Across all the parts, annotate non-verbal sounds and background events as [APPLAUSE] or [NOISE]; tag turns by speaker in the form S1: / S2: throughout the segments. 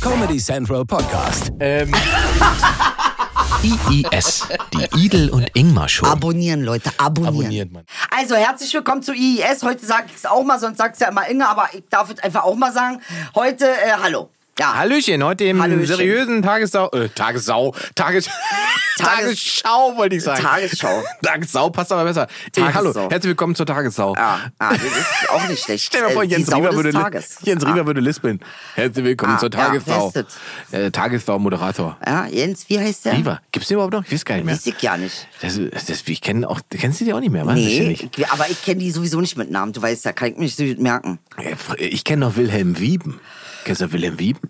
S1: Comedy Central Podcast.
S2: Ähm,
S3: IIS, die Idel und Ingmar Show.
S4: Abonnieren, Leute, abonnieren.
S2: abonniert man.
S4: Also, herzlich willkommen zu IIS. Heute sage ich es auch mal, sonst sagt es ja immer Inge, aber ich darf es einfach auch mal sagen. Heute, äh, hallo. Ja,
S2: Hallöchen, heute im
S4: Hallöchen.
S2: seriösen Tagessau, äh, Tagessau, Tages, Tagesschau wollte ich sagen.
S4: Tagesschau.
S2: Tagessau passt aber besser. Hey, hallo,
S4: Tagessau.
S2: herzlich willkommen zur Tagessau.
S4: Ja, ah, das ist auch nicht schlecht.
S2: Stell dir vor,
S4: Äh, die
S2: Jens
S4: Sau
S2: Rieber,
S4: des
S2: würde, li-
S4: Tages.
S2: Jens Rieber würde lispeln. Herzlich willkommen
S4: Ah,
S2: zur
S4: ja,
S2: Tagesschau.
S4: wer ist
S2: äh, Tagesschau-Moderator.
S4: Ah, Ja, Jens, wie heißt der?
S2: Rieber, gibt's den überhaupt noch? Ich weiß gar nicht mehr.
S4: Weiß ich ja nicht.
S2: Das, ist- das, ich kenne auch, kennst du die auch nicht mehr, was?
S4: Nee,
S2: Ich,
S4: ich- aber ich kenne die sowieso nicht mit Namen. Du weißt ja, kann ich mich so gut merken.
S2: ich kenne noch Wilhelm Wieben. Kennst du Wilhelm Wieben?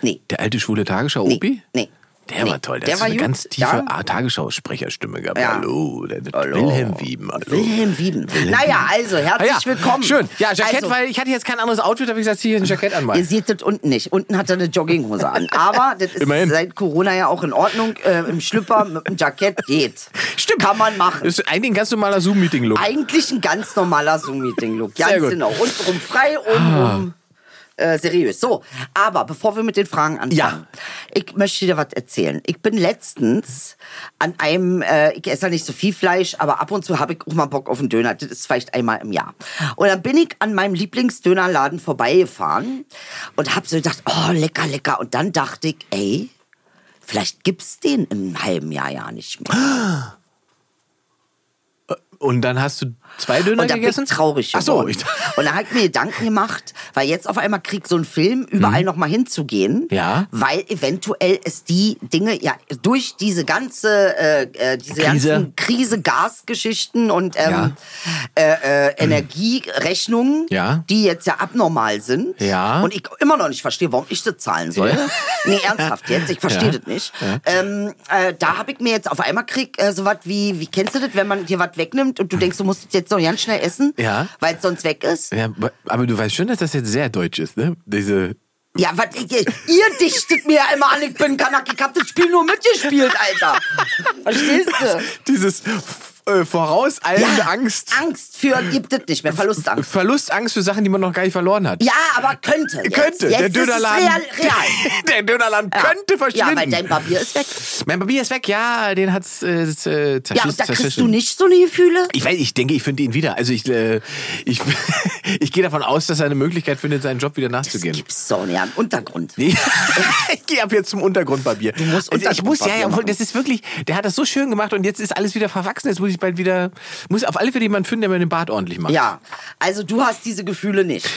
S4: Nee.
S2: Der alte schwule
S4: Nee.
S2: Tagesschau-Opi?
S4: Nee.
S2: Der
S4: nee.
S2: war toll. Der, hat so eine
S4: gut.
S2: ganz tiefe
S4: Ja.
S2: ja. Tagesschau-Sprecherstimme gehabt.
S4: Ja.
S2: Hallo, der, der Wilhelm Wieben. Hallo.
S4: Wilhelm Wieben. naja, also,
S2: Ah
S4: herzlich
S2: ja,
S4: willkommen.
S2: Schön. Ja, Jackett,
S4: also,
S2: weil ich hatte jetzt kein anderes Outfit, habe ich gesagt, hier ein Jackett
S4: Ihr
S2: anmachen.
S4: seht das unten nicht. Unten hat er eine Jogginghose an.
S2: [LAUGHS]
S4: Aber das ist
S2: Immerhin.
S4: seit Corona ja auch in Ordnung. Äh, Im Schlüpper mit dem Jackett geht.
S2: Stimmt.
S4: Kann man machen.
S2: Das ist eigentlich ein ganz normaler Zoom-Meeting-Look.
S4: Eigentlich ein ganz normaler Zoom-Meeting-Look. Ganz
S2: Sehr gut. Ah.
S4: genau. Untenrum frei, obenrum äh, seriös. So, aber bevor wir mit den Fragen anfangen, ich möchte dir was erzählen. Ich bin letztens an einem, äh, ich esse ja nicht so viel Fleisch, aber ab und zu habe ich auch mal Bock auf einen Döner. Das ist vielleicht einmal im Jahr. Und dann bin ich an meinem Lieblingsdönerladen vorbeigefahren und habe so gedacht, oh, lecker, lecker. Und dann dachte ich, ey, vielleicht gibt's den im halben Jahr ja nicht mehr.
S2: Und dann hast du zwei Döner
S4: und da
S2: gegessen?
S4: Bin ich traurig
S2: Ach so,
S4: geworden.
S2: ich dachte-
S4: und da habe ich mir Gedanken gemacht, weil jetzt auf einmal kriegt so ein Film überall noch mal hinzugehen,
S2: Mhm. Ja.
S4: weil eventuell es die Dinge ja durch diese ganze äh, äh, diese
S2: Krise.
S4: ganzen Krise, Gasgeschichten und ähm, äh, äh, Energierechnungen,
S2: Ja.
S4: die jetzt ja abnormal sind
S2: Ja.
S4: und ich immer noch nicht verstehe, warum ich das zahlen soll.
S2: Ja.
S4: Nee, ernsthaft jetzt, ich verstehe
S2: Ja.
S4: das nicht. Ähm, äh, da habe ich mir jetzt auf einmal krieg äh, sowas wie, wie kennst du das, wenn man dir was wegnimmt und du denkst, du musst es jetzt noch ganz schnell essen,
S2: Ja.
S4: weil es sonst weg ist?
S2: ja, aber- aber du weißt schon, dass das jetzt sehr deutsch ist, ne? Diese.
S4: Ja, was, ihr, ihr dichtet mir ja immer an, ich bin Kanak, ich hab das Spiel nur mitgespielt,
S2: [LAUGHS]
S4: Alter. Verstehst du?
S2: Dieses f- äh, vorauseilende Angst.
S4: Angst für, gibt es nicht mehr, Verlustangst.
S2: Verlustangst für Sachen, die man noch gar nicht verloren hat.
S4: Ja, aber könnte. Jetzt.
S2: Könnte.
S4: Jetzt
S2: der
S4: ist es
S2: Dönerladen.
S4: Real, real.
S2: [LAUGHS] Der Dönerladen
S4: Ja.
S2: könnte verschwinden.
S4: Ja, weil dein Barbier ist weg.
S2: Mein Papier ist weg, ja, den hat's äh, z- äh, zerschissen.
S4: Ja, und da kriegst
S2: zerschnitten.
S4: du nicht so eine Gefühle?
S2: Ich weiß, ich denke, ich finde ihn wieder. Also ich, äh, ich, [LAUGHS] ich gehe davon aus, dass er eine Möglichkeit findet, seinen Job wieder
S4: Das
S2: nachzugehen.
S4: gibt's doch nicht am Untergrund.
S2: Nee. [LAUGHS] ich gehe ab jetzt zum Untergrundpapier. Du
S4: musst
S2: ich muss ja,
S4: Untergrundpapier
S2: ja, obwohl,
S4: machen.
S2: das ist wirklich, der hat das so schön gemacht und jetzt ist alles wieder verwachsen. Jetzt muss ich bald wieder, muss auf alle Fälle jemanden finden, der mir den Bart ordentlich macht.
S4: Ja, also du hast diese Gefühle nicht.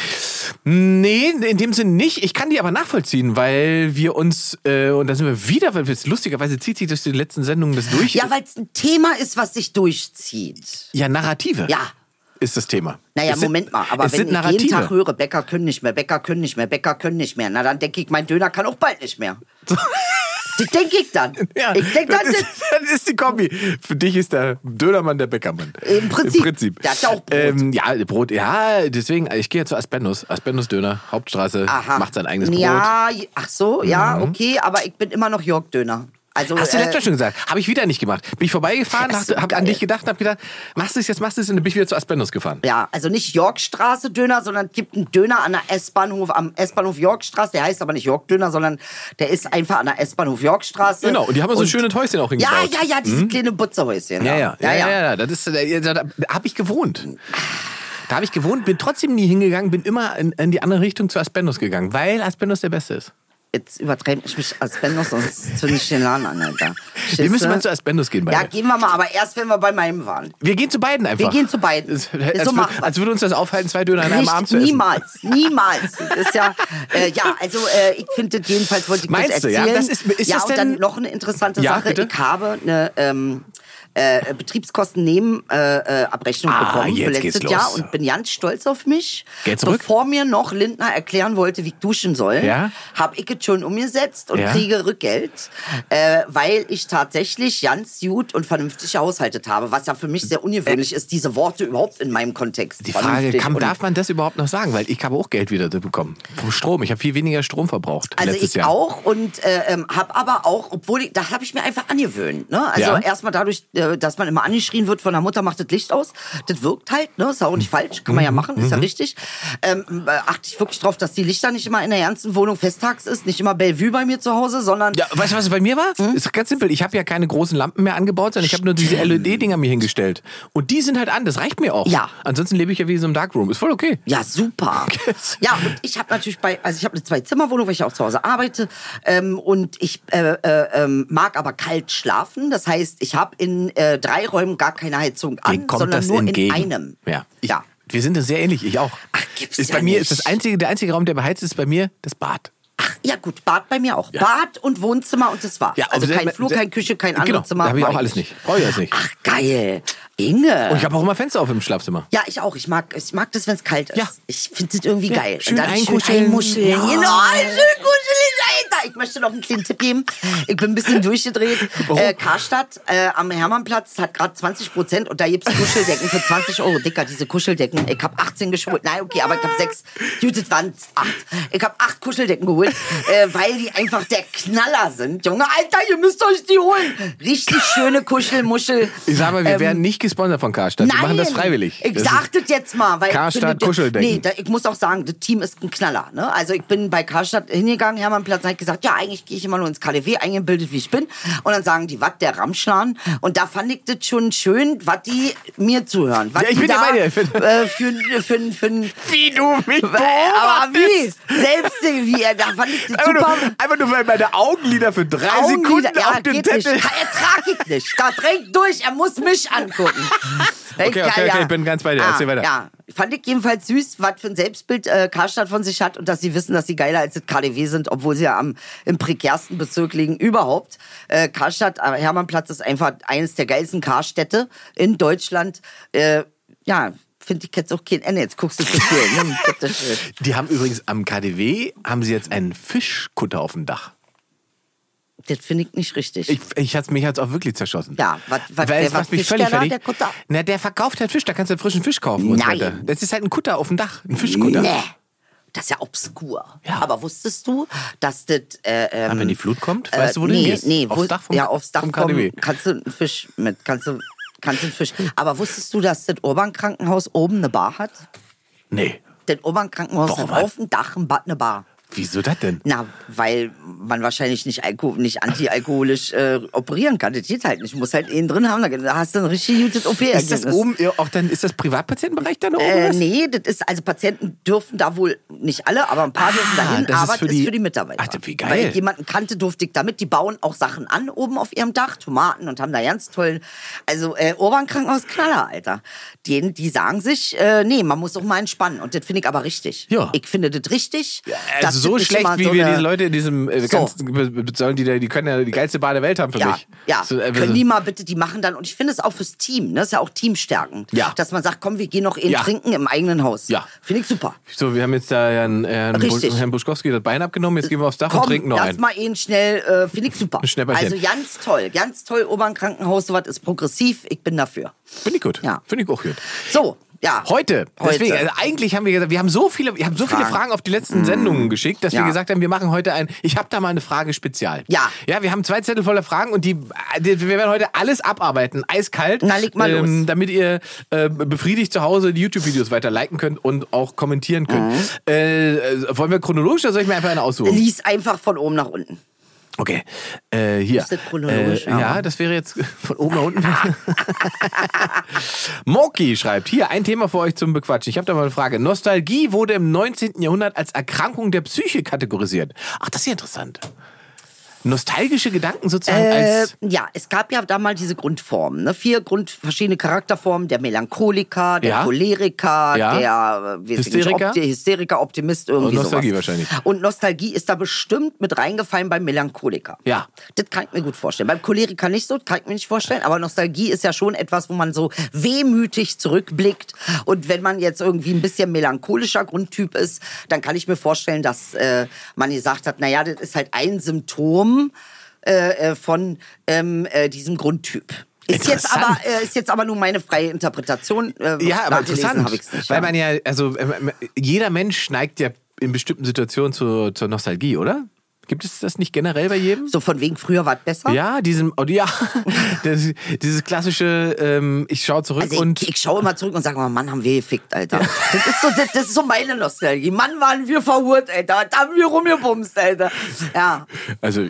S2: Nee, in dem Sinne nicht. Ich kann die aber nachvollziehen, weil wir uns, äh, und da sind wir wieder, weil wir jetzt lustigerweise zieht sich durch die letzten Sendungen das durch.
S4: Ja, weil es ein Thema ist, was sich durchzieht.
S2: Ja, Narrative.
S4: Ja.
S2: Ist das Thema.
S4: Naja,
S2: Es sind-
S4: Moment mal, aber
S2: es
S4: wenn
S2: sind
S4: ich
S2: Narrative.
S4: jeden Tag höre, Bäcker können nicht mehr, Bäcker können nicht mehr, Bäcker können nicht mehr, na dann denke ich, mein Döner kann auch bald nicht mehr. Das denke ich dann.
S2: [LAUGHS] Ja,
S4: ich denke dann,
S2: das, ist,
S4: das-
S2: [LAUGHS] das ist die Kombi. Für dich ist der Dönermann der Bäckermann.
S4: Im Prinzip.
S2: Im Prinzip.
S4: Der hat ja auch Brot.
S2: Ähm, ja, Brot. Ja, deswegen, ich gehe ja zu Aspendus. Aspendus Döner, Hauptstraße,
S4: aha.
S2: macht sein eigenes Brot. Mhm.
S4: ja, Brot. Ach so, ja, okay, aber ich bin immer noch York-Döner. Also,
S2: Hast du
S4: äh,
S2: letztes Mal schon gesagt? Habe ich wieder nicht gemacht. Bin ich vorbeigefahren,
S4: Ja,
S2: hab,
S4: ist so
S2: hab an
S4: geil.
S2: dich gedacht, hab gedacht, machst du es jetzt, machst du es und dann bin ich wieder zu Aspendus gefahren.
S4: Ja, also nicht Yorkstraße-Döner, sondern es gibt einen Döner an der S-Bahnhof, am S-Bahnhof Yorkstraße. Der heißt aber nicht York-Döner, sondern der ist einfach an der S-Bahnhof Yorkstraße.
S2: Genau, und die haben so ein schönes Häuschen auch
S4: Ja,
S2: hingebaut.
S4: ja, ja, dieses kleine Butzerhäuschen.
S2: Ja, ja, ja, ja, ja, das ist, äh, da, da habe ich gewohnt. Da habe ich gewohnt, bin trotzdem nie hingegangen, bin immer in, in die andere Richtung zu Aspendus gegangen, weil Aspendus der Beste ist.
S4: Jetzt übertreibe ich mich als Benno, sonst zünde ich den Laden an,
S2: Wir
S4: Alter. Schisse.
S2: müssen mal zu Aspendus gehen beide.
S4: Ja, gehen wir mal, aber erst, wenn wir bei meinem waren.
S2: wir gehen zu beiden einfach.
S4: Wir gehen zu beiden.
S2: Es-
S4: So
S2: als,
S4: machen
S2: würde,
S4: wir's.
S2: als würde uns das aufhalten, zwei Döner an einem
S4: Richtig,
S2: Abend zu essen.
S4: niemals, niemals. Das ist ja, äh, ja, also äh, ich finde das jedenfalls wollte ich
S2: Meinst
S4: das
S2: du,
S4: erzählen.
S2: ja? Das ist- ist
S4: ja
S2: das
S4: und dann
S2: denn-
S4: noch eine interessante
S2: Ja,
S4: Sache.
S2: bitte?
S4: Ich habe eine ähm, äh, Betriebskosten-Nebenabrechnung
S2: Ah,
S4: äh, bekommen für
S2: jetzt geht's
S4: letztes
S2: los.
S4: Jahr und bin ganz stolz auf mich.
S2: Geld zurück?
S4: Bevor mir noch Lindner erklären wollte, wie ich duschen soll,
S2: Ja?
S4: habe ich es schon umgesetzt und
S2: Ja?
S4: kriege Rückgeld, äh, weil ich tatsächlich ganz gut und vernünftig gehaushaltet habe, was ja für mich sehr ungewöhnlich ist, diese Worte überhaupt in meinem Kontext.
S2: Die Frage,
S4: vernünftig
S2: kann,
S4: und-
S2: darf man das überhaupt noch sagen? Weil ich habe auch Geld wieder bekommen. Vom Strom. Ich habe viel weniger Strom verbraucht
S4: Also
S2: letztes
S4: ich
S2: Jahr.
S4: auch und äh, ähm, habe aber auch, obwohl ich, da habe ich mir einfach angewöhnt. Ne? Also
S2: Ja.
S4: erstmal dadurch äh, äh, dass man immer angeschrien wird von der Mutter, macht das Licht aus. Das wirkt halt, ne? Ist ja auch nicht falsch, kann man ja
S2: Mhm.
S4: machen, ist ja richtig. Ähm, äh, achte ich wirklich drauf, dass die Lichter nicht immer in der ganzen Wohnung festtags ist, nicht immer Bellevue bei mir zu Hause, sondern
S2: Ja, weißt du, was es bei mir war?
S4: Hm?
S2: Ist doch ganz simpel. Ich habe ja keine großen Lampen mehr angebaut, sondern ich habe nur diese LED-Dinger mir hingestellt. Und die sind halt an, das reicht mir auch.
S4: Ja.
S2: Ansonsten lebe ich ja wie so im Darkroom. Ist voll okay. [LAUGHS]
S4: Ja, super. ja, und ich habe natürlich bei, also ich habe eine Zwei-Zimmer-Wohnung, weil ich auch zu Hause arbeite. Ähm, und ich äh, äh, ähm, mag aber kalt schlafen. Das heißt, ich habe in äh, drei Räumen gar keine Heizung an,
S2: Mir kommt
S4: sondern
S2: das
S4: nur
S2: entgegen.
S4: in einem.
S2: Ja. Ich,
S4: ja.
S2: Wir sind da sehr ähnlich, ich auch.
S4: Ach, gibt's
S2: ist
S4: ja
S2: bei mir
S4: nicht.
S2: ist das einzige, der einzige Raum, der beheizt ist, bei mir das Bad.
S4: Ach, ja, gut, Bad bei mir auch. Bad und Wohnzimmer und das war's.
S2: Ja,
S4: also
S2: aber-
S4: kein Flur, kein Küche, kein
S2: Genau,
S4: anderes Zimmer. Ah.
S2: hab ich
S4: mach
S2: auch alles nicht. Brauch ich alles nicht.
S4: Ach, geil. Inge.
S2: Und ich habe auch immer Fenster auf im Schlafzimmer.
S4: Ja, ich auch. Ich mag, ich mag das, wenn es kalt ist.
S2: Ja.
S4: Ich finde das irgendwie geil.
S2: schön
S4: Und dann
S2: einkuscheln.
S4: Schön einmuscheln.
S2: Ja.
S4: Genau, schön kuschelig. Alter. Ich möchte noch einen kleinen Tipp geben. Ich bin ein bisschen durchgedreht.
S2: Oh.
S4: Äh, Karstadt äh, am Hermannplatz hat gerade 20 Prozent und da gibt's Kuscheldecken für 20 Euro. Dicker, diese Kuscheldecken. Ich habe 18 geschult. Nein, okay, aber ich habe sechs. Judith waren acht. Ich habe acht Kuscheldecken geholt, äh, weil die einfach der Knaller sind. Junge, Alter, ihr müsst euch die holen. Richtig schöne Kuschelmuschel.
S2: Ich sag
S4: Ähm,
S2: mal, wir werden nicht gesponsert von Karstadt. Also wir machen das freiwillig.
S4: Ich
S2: Das
S4: sag das jetzt mal, weil
S2: Karstadt
S4: ich, finde,
S2: Kuscheldecken.
S4: Nee, da, ich muss auch sagen, das Team ist ein Knaller. Ne? Also ich bin bei Karstadt hingegangen, Hermannplatz, und hab gesagt, ja, eigentlich gehe ich immer nur ins KDW, eingebildet wie ich bin. Und dann sagen die, was, der Ramschlan. Und da fand ich das schon schön, was die mir zuhören. Was
S2: Ja, ich
S4: die
S2: bin ja
S4: da,
S2: bei dir. Ich bin-
S4: äh, für, für,
S2: [LAUGHS]
S4: für, für,
S2: [LAUGHS] wie du mich
S4: aber wie? Selbst wie er, da fand ich das
S2: Einfach nur,
S4: super.
S2: einfach nur, weil meine Augenlider für drei
S4: Augenlider-
S2: Sekunden auf den
S4: geht
S2: Zettel.
S4: Nicht. Ertrag ich nicht. Da drängt durch, er muss mich
S2: [LAUGHS]
S4: angucken.
S2: Okay, okay, okay, ich bin ganz bei dir. Erzähl weiter.
S4: Ah, Ja, fand ich jedenfalls süß, was für ein Selbstbild äh, Karstadt von sich hat und dass sie wissen, dass sie geiler als das KDW sind, obwohl sie ja am, im prekärsten Bezirk liegen überhaupt. Äh, Karstadt, am Hermannplatz ist einfach eines der geilsten Karstädte in Deutschland. Äh, ja, finde ich jetzt auch kein Ende. Jetzt guckst du zu
S2: [LAUGHS]
S4: viel. Nimm, bitteschön.
S2: Die haben übrigens am KDW haben sie jetzt einen Fischkutter auf dem Dach.
S4: Das finde ich nicht richtig.
S2: Ich, ich hat's, mich hat's auch wirklich zerschossen.
S4: Ja, wat-
S2: Weil
S4: wat- wer-
S2: es macht
S4: wat
S2: mich
S4: fischt
S2: völlig
S4: der da,
S2: fertig.
S4: der Kutter?
S2: Na, der verkauft halt Fisch, da kannst du halt frischen Fisch kaufen und so
S4: Nein.
S2: weiter. Das ist halt ein Kutter auf dem Dach, ein Fischkutter.
S4: Nee. Das ist ja obskur.
S2: Ne? Ja.
S4: Aber wusstest du, dass das. Äh, ähm, äh,
S2: Aber Ah, wenn die Flut kommt, weißt du, wo du
S4: nee,
S2: hingehst?
S4: Nee,
S2: Aufs
S4: wo-
S2: Dach vom-
S4: ja, aufs Dach
S2: vom
S4: vom
S2: KDW.
S4: Kannst du einen Fisch mit. Kannst du, kannst du einen Fisch. Aber wusstest du, dass das Urban-Krankenhaus oben eine Bar hat?
S2: Nee.
S4: Das Urban-Krankenhaus hat
S2: Warum hat-
S4: auf dem Dach ein Bad eine Bar.
S2: Wieso das denn?
S4: Na, weil man wahrscheinlich nicht, Alko nicht antialkoholisch äh, operieren kann. Das geht halt nicht. Du musst halt einen drin haben. Da hast du ein richtig gutes OP-Ergebnis.
S2: Ist das oben ja, auch dann, ist das Privatpatientenbereich dann oben?
S4: Äh,
S2: oder was?
S4: nee, das ist, also Patienten dürfen da wohl, nicht alle, aber ein paar dürfen da hin,
S2: Ah, das ist
S4: aber
S2: für
S4: das
S2: die-
S4: ist für die Mitarbeiter.
S2: Ach, das- wie geil.
S4: Weil ich jemanden kannte, durfte ich damit. Die bauen auch Sachen an oben auf ihrem Dach, Tomaten und haben da ganz tollen, also äh, Urban Krankenhaus Knaller, Alter. Die, die sagen sich, äh, nee, man muss auch mal entspannen und das finde ich aber richtig.
S2: Ja.
S4: Ich finde das richtig.
S2: Also
S4: dass
S2: so
S4: das nicht
S2: schlecht,
S4: immer
S2: wie
S4: so
S2: wir
S4: eine-
S2: diese Leute in diesem äh,
S4: So.
S2: ganzen, be- be- sollen die, da- die können ja die geilste Bar der Welt haben für
S4: ja,
S2: mich.
S4: Ja,
S2: So, äh,
S4: können die mal bitte, die machen dann, und ich finde es auch fürs Team, ne, ist ja auch teamstärkend,
S2: Ja.
S4: dass man sagt, komm, wir gehen noch eben
S2: Ja.
S4: trinken im eigenen Haus.
S2: Ja.
S4: Finde ich super.
S2: so, wir haben jetzt da Herrn, Herrn, Bu
S4: Richtig.
S2: Herrn Buschkowski das Bein abgenommen, jetzt gehen wir aufs Dach und
S4: Komm,
S2: trinken noch
S4: lass
S2: einen.
S4: mal ihn schnell, äh,
S2: [LAUGHS]
S4: finde ich super.
S2: Ein Schnäpperchen.
S4: Also ganz toll, ganz toll, Obernkrankenhaus, sowas ist progressiv, ich bin dafür.
S2: Finde ich gut.
S4: Ja.
S2: Finde ich auch gut.
S4: So, ja.
S2: Heute.
S4: Heute.
S2: Deswegen, also eigentlich haben wir gesagt, wir haben so viele, wir haben so viele
S4: Fragen. Mm.
S2: Fragen auf die letzten Sendungen geschickt, dass wir
S4: Ja.
S2: gesagt haben, wir machen heute ein, ich habe da mal eine Frage spezial.
S4: Ja.
S2: Ja, wir haben zwei Zettel voller Fragen und die, die wir werden heute alles abarbeiten, eiskalt. ähm,
S4: Na, leg mal los.
S2: Damit ihr äh, befriedigt zu Hause die YouTube-Videos weiter liken könnt und auch kommentieren
S4: Mhm.
S2: könnt. Äh, äh, wollen wir chronologisch oder soll ich mir einfach eine aussuchen?
S4: Lies einfach von oben nach unten.
S2: Okay, äh, hier.
S4: Ist das chronologisch, Ah.
S2: äh,
S4: aber-
S2: ja, das wäre jetzt [LAUGHS] von oben nach unten. Moki schreibt, hier ein Thema für euch zum Bequatschen. Ich habe da mal eine Frage. Nostalgie wurde im 19. Jahrhundert als Erkrankung der Psyche kategorisiert. Ach, das ist ja interessant. Nostalgische Gedanken sozusagen
S4: Äh,
S2: als...
S4: ja, es gab ja damals diese Grundformen. Ne? Vier Grund, verschiedene Charakterformen. Der Melancholiker, der
S2: Ja.
S4: Choleriker,
S2: Ja.
S4: der äh, weiß ich
S2: Hysteriker.
S4: Nicht, Opti- Hysteriker, Optimist, irgendwie
S2: Und Nostalgie
S4: sowas.
S2: wahrscheinlich.
S4: Und Nostalgie ist da bestimmt mit reingefallen beim Melancholiker.
S2: Ja.
S4: Das kann ich mir gut vorstellen. Beim Choleriker nicht so, kann ich mir nicht vorstellen. Aber Nostalgie ist ja schon etwas, wo man so wehmütig zurückblickt. Und wenn man jetzt irgendwie ein bisschen melancholischer Grundtyp ist, dann kann ich mir vorstellen, dass äh, man gesagt hat, naja, das ist halt ein Symptom äh, äh, von ähm, äh, diesem Grundtyp. Ist jetzt,
S2: Interessant.
S4: aber, äh, ist jetzt aber nur meine freie Interpretation. Äh,
S2: Ja, aber
S4: nachgelesen
S2: interessant.
S4: hab ich's nicht,
S2: weil
S4: ja.
S2: man äh, ja, also ähm, jeder Mensch neigt ja in bestimmten Situationen zur, zur Nostalgie, oder? Gibt es das nicht generell bei jedem?
S4: So von wegen, früher war es besser.
S2: Ja, diesem, oh,
S4: [LAUGHS]
S2: ja, das, dieses klassische, ähm, ich schaue zurück
S4: Also
S2: und
S4: ich, ich schaue immer zurück und sage mal, Mann, haben wir gefickt, Alter. Das, ist so, das, das ist so meine Nostalgie. Mann, waren wir verhurt, Alter. Da haben wir rumgebumst, Alter. Ja.
S2: also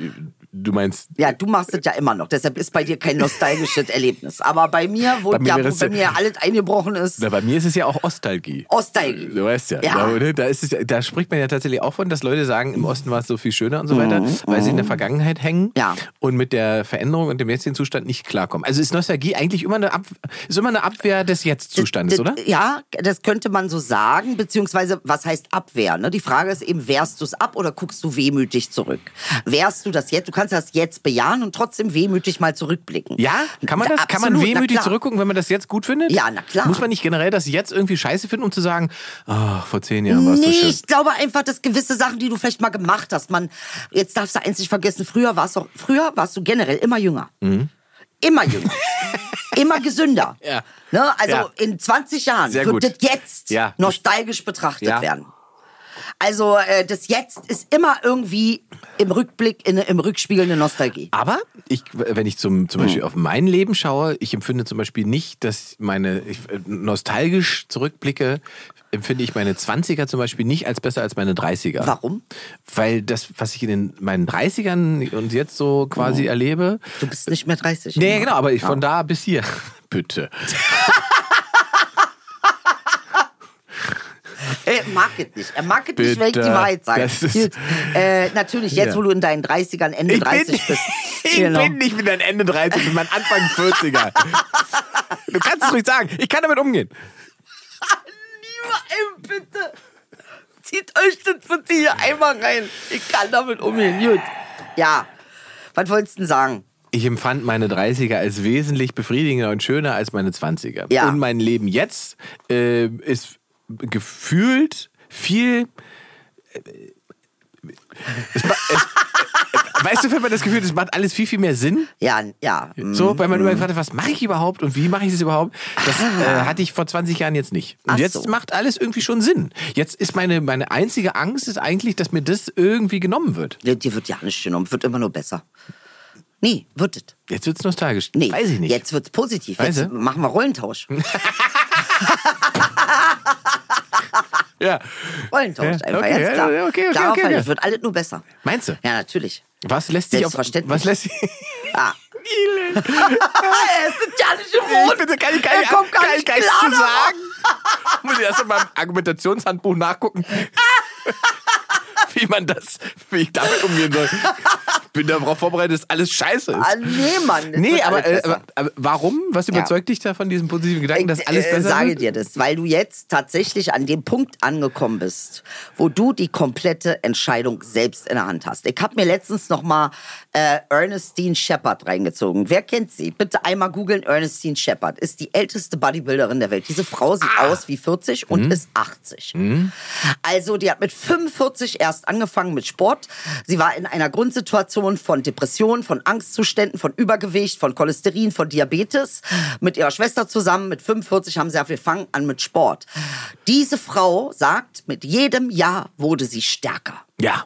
S2: du meinst,
S4: ja, du machst das ja immer noch. Deshalb ist bei dir kein nostalgisches Erlebnis. Aber bei mir, wo,
S2: Bei mir
S4: ja,
S2: wäre
S4: wo
S2: es-
S4: bei mir alles eingebrochen ist,
S2: na, bei mir ist es ja auch Ostalgie.
S4: Ostalgie.
S2: Du weißt ja,
S4: Ja.
S2: Da, ne, da, ist es, ja- da spricht man ja tatsächlich auch von, dass Leute sagen, im Osten war es so viel schöner und so weiter, weil sie in der Vergangenheit hängen
S4: Mhm, Ja.
S2: und mit der Veränderung und dem jetzigen Zustand nicht klarkommen. Also ist Nostalgie eigentlich immer eine, Ab ist immer eine Abwehr des Jetzt-Zustandes,
S4: Das-
S2: oder?
S4: Ja, das könnte man so sagen, beziehungsweise was heißt Abwehr? Ne? Die Frage ist eben, wehrst du es ab oder guckst du wehmütig zurück? Wehrst du das jetzt? Du kannst das jetzt bejahen und trotzdem wehmütig mal zurückblicken.
S2: Ja, kann man das?
S4: Absolut,
S2: kann man
S4: na
S2: wehmütig
S4: klar.
S2: zurückgucken, wenn man das jetzt gut findet?
S4: Ja, na klar.
S2: Muss man nicht generell das jetzt irgendwie scheiße finden, um zu sagen, ach, vor zehn Jahren war es
S4: Nee,
S2: so schön.
S4: ich glaube einfach, dass gewisse Sachen, die du vielleicht mal gemacht hast, man, jetzt darfst du eins nicht vergessen, früher warst du, früher warst du generell immer jünger.
S2: [LAUGHS]
S4: Immer jünger. immer gesünder.
S2: Mhm. Ja.
S4: Ne? Also
S2: Ja.
S4: in 20 Jahren
S2: Sehr
S4: wird
S2: gut.
S4: das jetzt
S2: Ja.
S4: nostalgisch betrachtet
S2: Ja.
S4: werden. Also äh, das Jetzt ist immer irgendwie im Rückblick, in, im Rückspiegel eine Nostalgie.
S2: Aber ich, wenn ich zum, zum Beispiel auf mein Leben schaue, ich empfinde zum Beispiel nicht, dass meine, ich äh, nostalgisch zurückblicke, empfinde ich meine 20er zum Beispiel nicht als besser als meine 30er.
S4: Warum?
S2: Weil das, was ich in den, meinen 30ern und jetzt so quasi erlebe.
S4: Du bist nicht mehr 30.
S2: Nee,
S4: ne?
S2: Oh. genau, aber ich, von da bis hier. [LAUGHS] Bitte.
S4: [LAUGHS] Er mag es nicht. Er mag es nicht, wenn ich die
S2: Bitte.
S4: Wahrheit sage.
S2: Das ist-
S4: Gut. Äh, natürlich, jetzt,
S2: Ja.
S4: wo du in deinen 30ern, Ende
S2: [LAUGHS]
S4: 30 bist.
S2: ich bin nicht mit deinem Ende 30, ich bin mein Anfang 40er. Du kannst es ruhig sagen. Ich kann damit umgehen.
S4: Lieber, ey, bitte. Zieht euch das bitte hier einmal rein. Ich kann damit umgehen. Gut. Ja. Was wolltest du denn sagen?
S2: Ich empfand meine 30er als wesentlich befriedigender und schöner als meine 20er.
S4: Ja.
S2: Und mein Leben jetzt äh, ist gefühlt viel. äh, Es, ma- es, weißt du, wenn man das Gefühl hat, es macht alles viel, viel mehr Sinn?
S4: Ja, ja. mm.
S2: So, weil man immer gefragt hat, was mache ich überhaupt und wie mache ich das überhaupt? Das äh, hatte ich vor 20 Jahren jetzt nicht. Und
S4: Ah. Ach
S2: jetzt
S4: so.
S2: macht alles irgendwie schon Sinn. Jetzt ist meine, meine einzige Angst ist eigentlich, dass mir das irgendwie genommen wird.
S4: Nee, Dir wird ja nicht genommen. Wird immer nur besser. Nee, wird es.
S2: Jetzt wird's nostalgisch.
S4: Nee.
S2: Weiß ich nicht.
S4: Jetzt wird's positiv.
S2: Weißt
S4: Jetzt
S2: du?
S4: machen
S2: [LAUGHS]
S4: wir Rollentausch.
S2: Ja.
S4: Rollentausch
S2: Ja,
S4: einfach.
S2: okay,
S4: ganz
S2: ja,
S4: klar.
S2: ja, okay, okay,
S4: Klarer
S2: okay,
S4: Fall.
S2: ja.
S4: Es wird alles nur besser.
S2: Meinst du?
S4: Ja, natürlich.
S2: Was lässt sich auf...
S4: Selbstverständlich.
S2: Was lässt sich...
S4: Ah. [LAUGHS] er ist ein Jahr nicht
S2: [LAUGHS]
S4: im
S2: Ich bitte, kann ich gar nicht,
S4: Oh, Er kommt gar
S2: kann ich
S4: nicht
S2: gar nichts
S4: klar
S2: zu
S4: darauf.
S2: sagen. Muss ich erst in meinem Argumentationshandbuch
S4: [LAUGHS]
S2: nachgucken, wie man das, wie ich damit umgehen soll. Ich bin darauf vorbereitet, dass alles scheiße ist.
S4: Ah, nee, Mann. es
S2: Nee,
S4: wird
S2: aber,
S4: alles
S2: äh,
S4: besser.
S2: aber, aber warum? Was überzeugt dich da von diesem positiven Gedanken, dass alles
S4: Ich, äh,
S2: besser
S4: sage
S2: wird?
S4: dir das, weil du jetzt tatsächlich an dem Punkt angekommen bist, wo du die komplette Entscheidung selbst in der Hand hast. Ich habe mir letztens noch mal äh, Ernestine Shepard reingezogen. Wer kennt sie? Bitte einmal googeln. Ernestine Shepard ist die älteste Bodybuilderin der Welt. Diese Frau sieht
S2: Ah!
S4: aus wie 40 und
S2: Mhm.
S4: ist 80. Also die hat mit 45 erst angefangen mit Sport. Sie war in einer Grundsituation von Depressionen, von Angstzuständen, von Übergewicht, von Cholesterin, von Diabetes. Mit ihrer Schwester zusammen, mit 45 haben sie gesagt, wir fangen an mit Sport. Diese Frau sagt, mit jedem Jahr wurde sie stärker.
S2: Ja,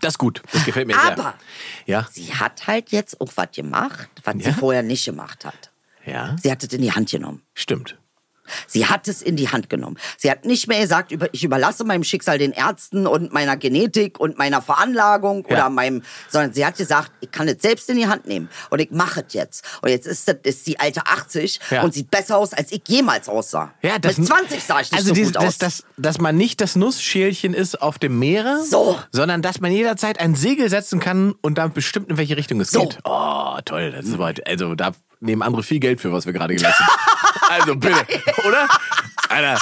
S2: das ist gut. Das gefällt mir
S4: Aber-
S2: sehr. Ja,
S4: Sie hat halt jetzt auch was gemacht, was
S2: Ja?
S4: sie vorher nicht gemacht hat.
S2: ja,
S4: Sie hat es in die Hand genommen.
S2: stimmt.
S4: Sie hat es in die Hand genommen. Sie hat nicht mehr gesagt, über- ich überlasse meinem Schicksal den Ärzten und meiner Genetik und meiner Veranlagung
S2: Ja.
S4: oder meinem, sondern sie hat gesagt, ich kann es selbst in die Hand nehmen und ich mache es jetzt. Und jetzt ist, das, ist die alte 80
S2: Ja.
S4: und sieht besser aus, als ich jemals aussah. Mit 20 sah ich nicht
S2: also
S4: so
S2: dieses-
S4: gut aus.
S2: Dass, dass, dass man nicht das Nussschälchen ist auf dem Meere,
S4: So.
S2: sondern dass man jederzeit ein Segel setzen kann und dann bestimmt in welche Richtung es
S4: So.
S2: geht. Oh, toll. Das ist aber, also da nehmen andere viel Geld für, was wir gerade geleistet
S4: [LAUGHS]
S2: haben. Also bitte, oder? Alter,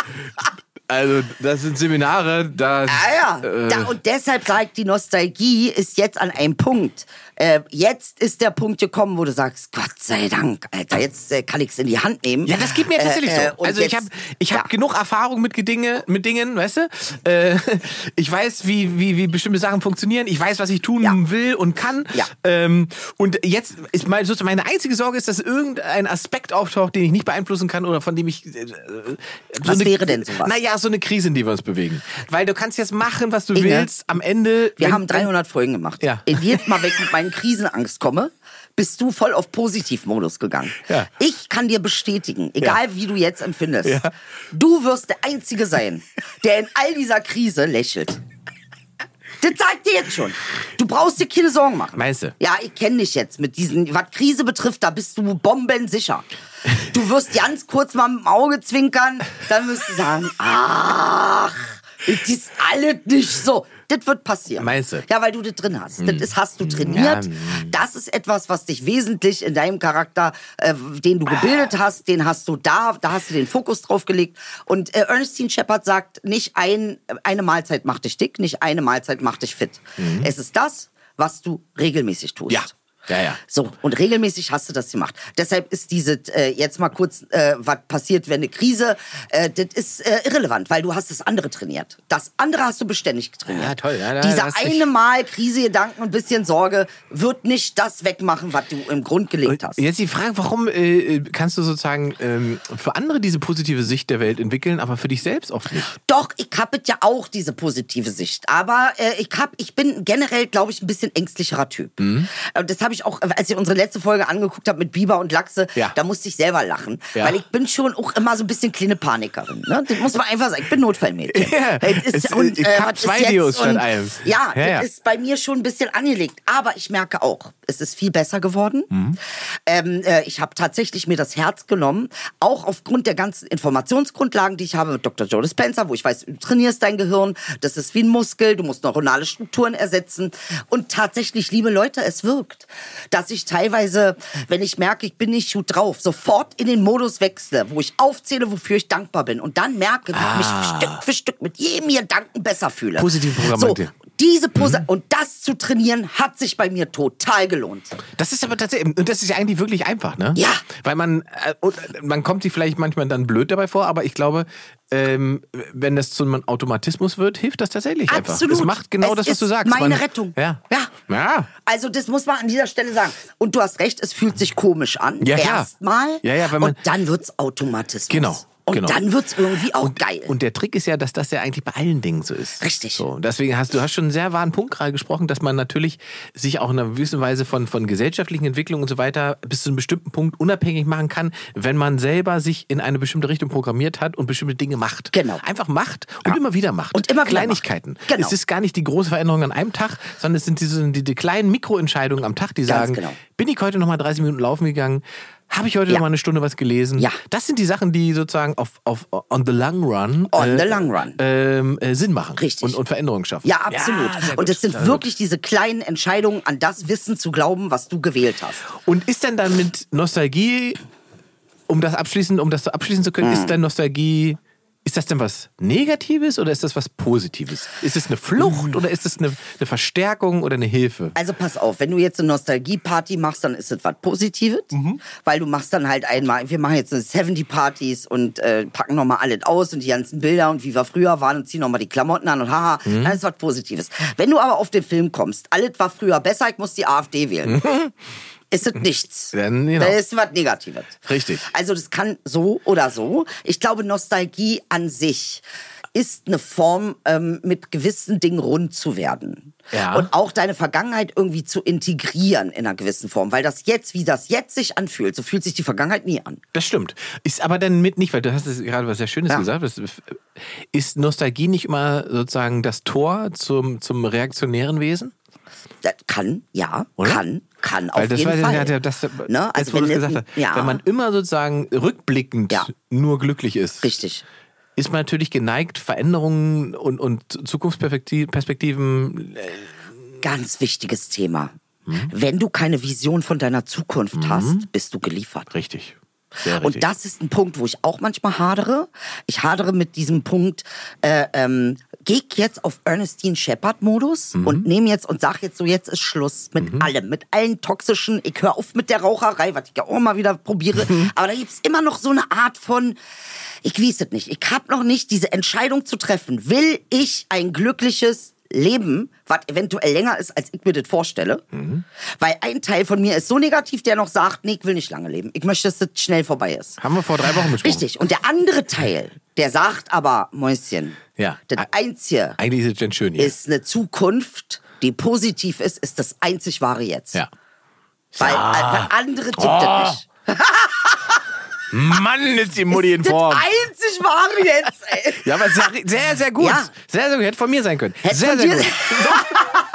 S2: also das sind Seminare, da...
S4: Ah
S2: äh.
S4: ja. Da, und deshalb sage ich, die Nostalgie ist jetzt an einem Punkt. Äh, jetzt ist der Punkt gekommen, wo du sagst, Gott sei Dank, Alter, jetzt äh, kann ich es in die Hand nehmen.
S2: Ja, das geht mir tatsächlich
S4: Äh, äh,
S2: so.
S4: und
S2: Also ich
S4: jetzt-
S2: habe ich hab genug Erfahrung mit Gedinge, mit Dingen, weißt du? Äh, [LAUGHS] ich weiß, wie, wie, wie bestimmte Sachen funktionieren. Ich weiß, was ich tun
S4: Ja.
S2: will und kann.
S4: Ja.
S2: Ähm, und jetzt ist mein, sozusagen meine einzige Sorge ist, dass irgendein Aspekt auftaucht, den ich nicht beeinflussen kann oder von dem ich. Äh, so
S4: Was wäre denn sowas?
S2: Naja, so eine Krise, in die wir uns bewegen. Weil du kannst jetzt machen, was du
S4: Inge,
S2: willst. Am Ende.
S4: Wir
S2: wenn-
S4: haben 300 Folgen gemacht.
S2: Ja.
S4: Ich Jedes Mal, wenn ich mit meinen Krisenangst komme, bist du voll auf Positivmodus gegangen.
S2: Ja.
S4: Ich kann dir bestätigen, egal wie du jetzt empfindest,
S2: Ja.
S4: du wirst der Einzige sein, der in all dieser Krise lächelt. Das zeigt dir jetzt schon. Du brauchst dir keine Sorgen machen.
S2: Meinst du?
S4: Ja, ich kenne dich jetzt mit diesen, was Krise betrifft, da bist du bombensicher. Du wirst ganz kurz mal mit dem Auge zwinkern, dann wirst du sagen, ach, das ist alles nicht so. Das wird passieren.
S2: Meinst du? Hm.
S4: Ja, weil du das drin hast. Das ist, hast du trainiert. Das ist etwas, was dich wesentlich in deinem Charakter, äh, den du gebildet hast, den hast du da, da hast du den Fokus drauf gelegt. Und äh, Ernestine Shepard sagt, nicht ein, eine Mahlzeit macht dich dick, nicht eine Mahlzeit macht dich fit.
S2: Mhm.
S4: Es ist das, was du regelmäßig tust.
S2: Ja. Ja, ja.
S4: So, und regelmäßig hast du das gemacht. Deshalb ist diese, äh, jetzt mal kurz, äh, was passiert, wenn eine Krise, äh, das ist äh, irrelevant, weil du hast das andere trainiert. Das andere hast du beständig trainiert.
S2: Ja, toll. Ja, da- da
S4: Dieser
S2: hast du-
S4: eine Mal Krise, Gedanken und bisschen Sorge wird nicht das wegmachen, was du im Grund gelegt hast.
S2: Jetzt die Frage, warum äh, kannst du sozusagen ähm, für andere diese positive Sicht der Welt entwickeln, aber für dich selbst oft nicht?
S4: Doch, ich habe ja auch diese positive Sicht. Aber äh, ich, hab, ich bin generell, glaube ich, ein bisschen ängstlicherer Typ.
S2: Mhm.
S4: Äh, Das habe ich auch, äh, als ich unsere letzte Folge angeguckt habe mit Biber und Lachse,
S2: Ja.
S4: da musste ich selber lachen.
S2: Ja.
S4: Weil ich bin schon auch immer so ein bisschen kleine Panikerin. Ne? Das muss man einfach sagen. Ich bin Notfallmädchen.
S2: [LAUGHS] Ja.
S4: Es
S2: Es, äh, ich hab
S4: was ist
S2: zwei
S4: jetzt?
S2: Dios statt
S4: Und-
S2: einem.
S4: Ja,
S2: Ja,
S4: das
S2: ja.
S4: ist bei mir schon ein bisschen angelegt. Aber ich merke auch, es ist viel besser geworden. Ähm, äh, ich habe tatsächlich mir das Herz genommen, auch aufgrund der ganzen Informationsgrundlagen, die ich habe mit Dr. Joe Dispenza, wo ich weiß, du trainierst dein Gehirn, das ist wie ein Muskel, du musst neuronale Strukturen ersetzen. Und tatsächlich, liebe Leute, es wirkt, dass ich teilweise, wenn ich merke, ich bin nicht gut drauf, sofort in den Modus wechsle, wo ich aufzähle, wofür ich dankbar bin. Und dann merke, wie ich mich Stück für Stück mit jedem Gedanken besser fühle.
S2: Positiv programmiert.
S4: So, diese Pose
S2: Mhm.
S4: und das zu trainieren hat sich bei mir total gelohnt.
S2: Das ist aber tatsächlich, und das ist ja eigentlich wirklich einfach, ne?
S4: Ja.
S2: Weil man, äh, und, äh, man kommt sich vielleicht manchmal dann blöd dabei vor, aber ich glaube, ähm, wenn das zu einem Automatismus wird, hilft das tatsächlich einfach.
S4: Absolut.
S2: Das macht genau
S4: Es
S2: das, was du
S4: ist
S2: sagst.
S4: meine
S2: Man-
S4: Rettung.
S2: Ja.
S4: Ja.
S2: Ja.
S4: Also das muss man an dieser Stelle sagen. Und du hast recht, es fühlt sich komisch an.
S2: Ja, klar.
S4: Erstmal.
S2: Ja, ja, wenn man-
S4: und dann wird's Automatismus.
S2: Genau,
S4: Und
S2: genau.
S4: dann wird's irgendwie auch geil.
S2: Und der Trick ist ja, dass das ja eigentlich bei allen Dingen so ist.
S4: Richtig.
S2: So, und deswegen hast du hast schon einen sehr wahren Punkt gerade gesprochen, dass man natürlich sich auch in einer gewissen Weise von, von gesellschaftlichen Entwicklungen und so weiter bis zu einem bestimmten Punkt unabhängig machen kann, wenn man selber sich in eine bestimmte Richtung programmiert hat und bestimmte Dinge macht.
S4: Genau.
S2: Einfach macht und immer wieder macht.
S4: Und immer wieder
S2: Kleinigkeiten.
S4: macht. Genau.
S2: Es ist gar nicht die große Veränderung an einem Tag, sondern es sind diese die, die kleinen Mikroentscheidungen am Tag, die
S4: Ganz
S2: sagen,
S4: genau.
S2: bin ich heute noch mal 30 Minuten laufen gegangen? Habe ich heute
S4: Ja.
S2: noch mal eine Stunde was gelesen?
S4: Ja.
S2: Das sind die Sachen, die sozusagen auf, auf on the long run, äh,
S4: On the long run.
S2: ähm, äh, Sinn machen
S4: Richtig.
S2: und, und Veränderungen schaffen.
S4: ja, absolut.
S2: sehr gut, Also-
S4: und es sind
S2: sehr gut.
S4: wirklich diese kleinen Entscheidungen, an das Wissen zu glauben, was du gewählt hast.
S2: Und ist denn dann mit Nostalgie, um das abschließen, um das so abschließen zu können,
S4: Mhm.
S2: ist dann Nostalgie, ist das denn was Negatives oder ist das was Positives? Ist es eine
S4: Mhm.
S2: Flucht oder ist es eine, eine Verstärkung oder eine Hilfe?
S4: Also pass auf, wenn du jetzt eine Nostalgie-Party machst, dann ist das was Positives, weil du machst dann halt einmal, wir machen jetzt eine 70-Partys und äh, packen nochmal alles aus und die ganzen Bilder und wie wir früher waren und ziehen nochmal die Klamotten an und haha, dann ist was Positives. Wenn du aber auf den Film kommst, alles war früher besser, ich muss die AfD wählen. Ist das nichts.
S2: Dann, genau.
S4: Dann ist was Negatives.
S2: Richtig.
S4: Also das kann so oder so. Ich glaube, Nostalgie an sich ist eine Form, ähm, mit gewissen Dingen rund zu werden.
S2: Ja.
S4: Und auch deine Vergangenheit irgendwie zu integrieren in einer gewissen Form. Weil das jetzt, wie das jetzt sich anfühlt, so fühlt sich die Vergangenheit nie an.
S2: Das stimmt. Ist aber dann mit nicht, weil du hast es gerade was sehr Schönes
S4: Ja.
S2: gesagt. Das, ist Nostalgie nicht immer sozusagen das Tor zum, zum reaktionären Wesen?
S4: Das Äh, kann, ja,
S2: Oder?
S4: kann, kann
S2: Weil
S4: auf
S2: das
S4: jeden
S2: war
S4: Fall.
S2: Ja, der- das,
S4: Ne?
S2: jetzt, wo du es
S4: das-
S2: gesagt hast,
S4: ja,
S2: wenn man immer sozusagen rückblickend
S4: Ja.
S2: nur glücklich ist,
S4: richtig.
S2: ist man natürlich geneigt, Veränderungen und, und Zukunftsperspektiven.
S4: Ganz wichtiges Thema.
S2: Hm?
S4: Wenn du keine Vision von deiner Zukunft hast, bist du geliefert.
S2: Richtig. Sehr richtig.
S4: Und das ist ein Punkt, wo ich auch manchmal hadere. Ich hadere mit diesem Punkt, äh, ähm, gehe ich jetzt auf Ernestine Shepard-Modus und nehme jetzt und sage jetzt so, jetzt ist Schluss mit allem, mit allen toxischen, ich höre auf mit der Raucherei, was ich ja auch mal wieder probiere. Aber da gibt's immer noch so eine Art von, ich weiß es nicht, ich habe noch nicht diese Entscheidung zu treffen, will ich ein glückliches leben, was eventuell länger ist, als ich mir das vorstelle. Weil ein Teil von mir ist so negativ, der noch sagt, nee, ich will nicht lange leben. Ich möchte, dass das schnell vorbei ist.
S2: Haben wir vor drei Wochen besprochen.
S4: Richtig. Und der andere Teil, der sagt aber, Mäuschen,
S2: Ja.
S4: das Einzige
S2: Eigentlich ist es denn schön hier.
S4: ist eine Zukunft, die positiv ist, ist das einzig wahre Jetzt.
S2: ja.
S4: Weil, äh, weil andere gibt
S2: Oh.
S4: das nicht.
S2: Mann, ist die Mutti in
S4: Das
S2: Form.
S4: einzig wahre Jetzt, ey.
S2: [LAUGHS] Ja, aber sehr, sehr, sehr gut.
S4: Ja.
S2: Sehr, sehr gut. Hätte von mir sein können.
S4: Hätte
S2: sehr,
S4: von
S2: sehr
S4: dir-
S2: gut.
S4: [LAUGHS]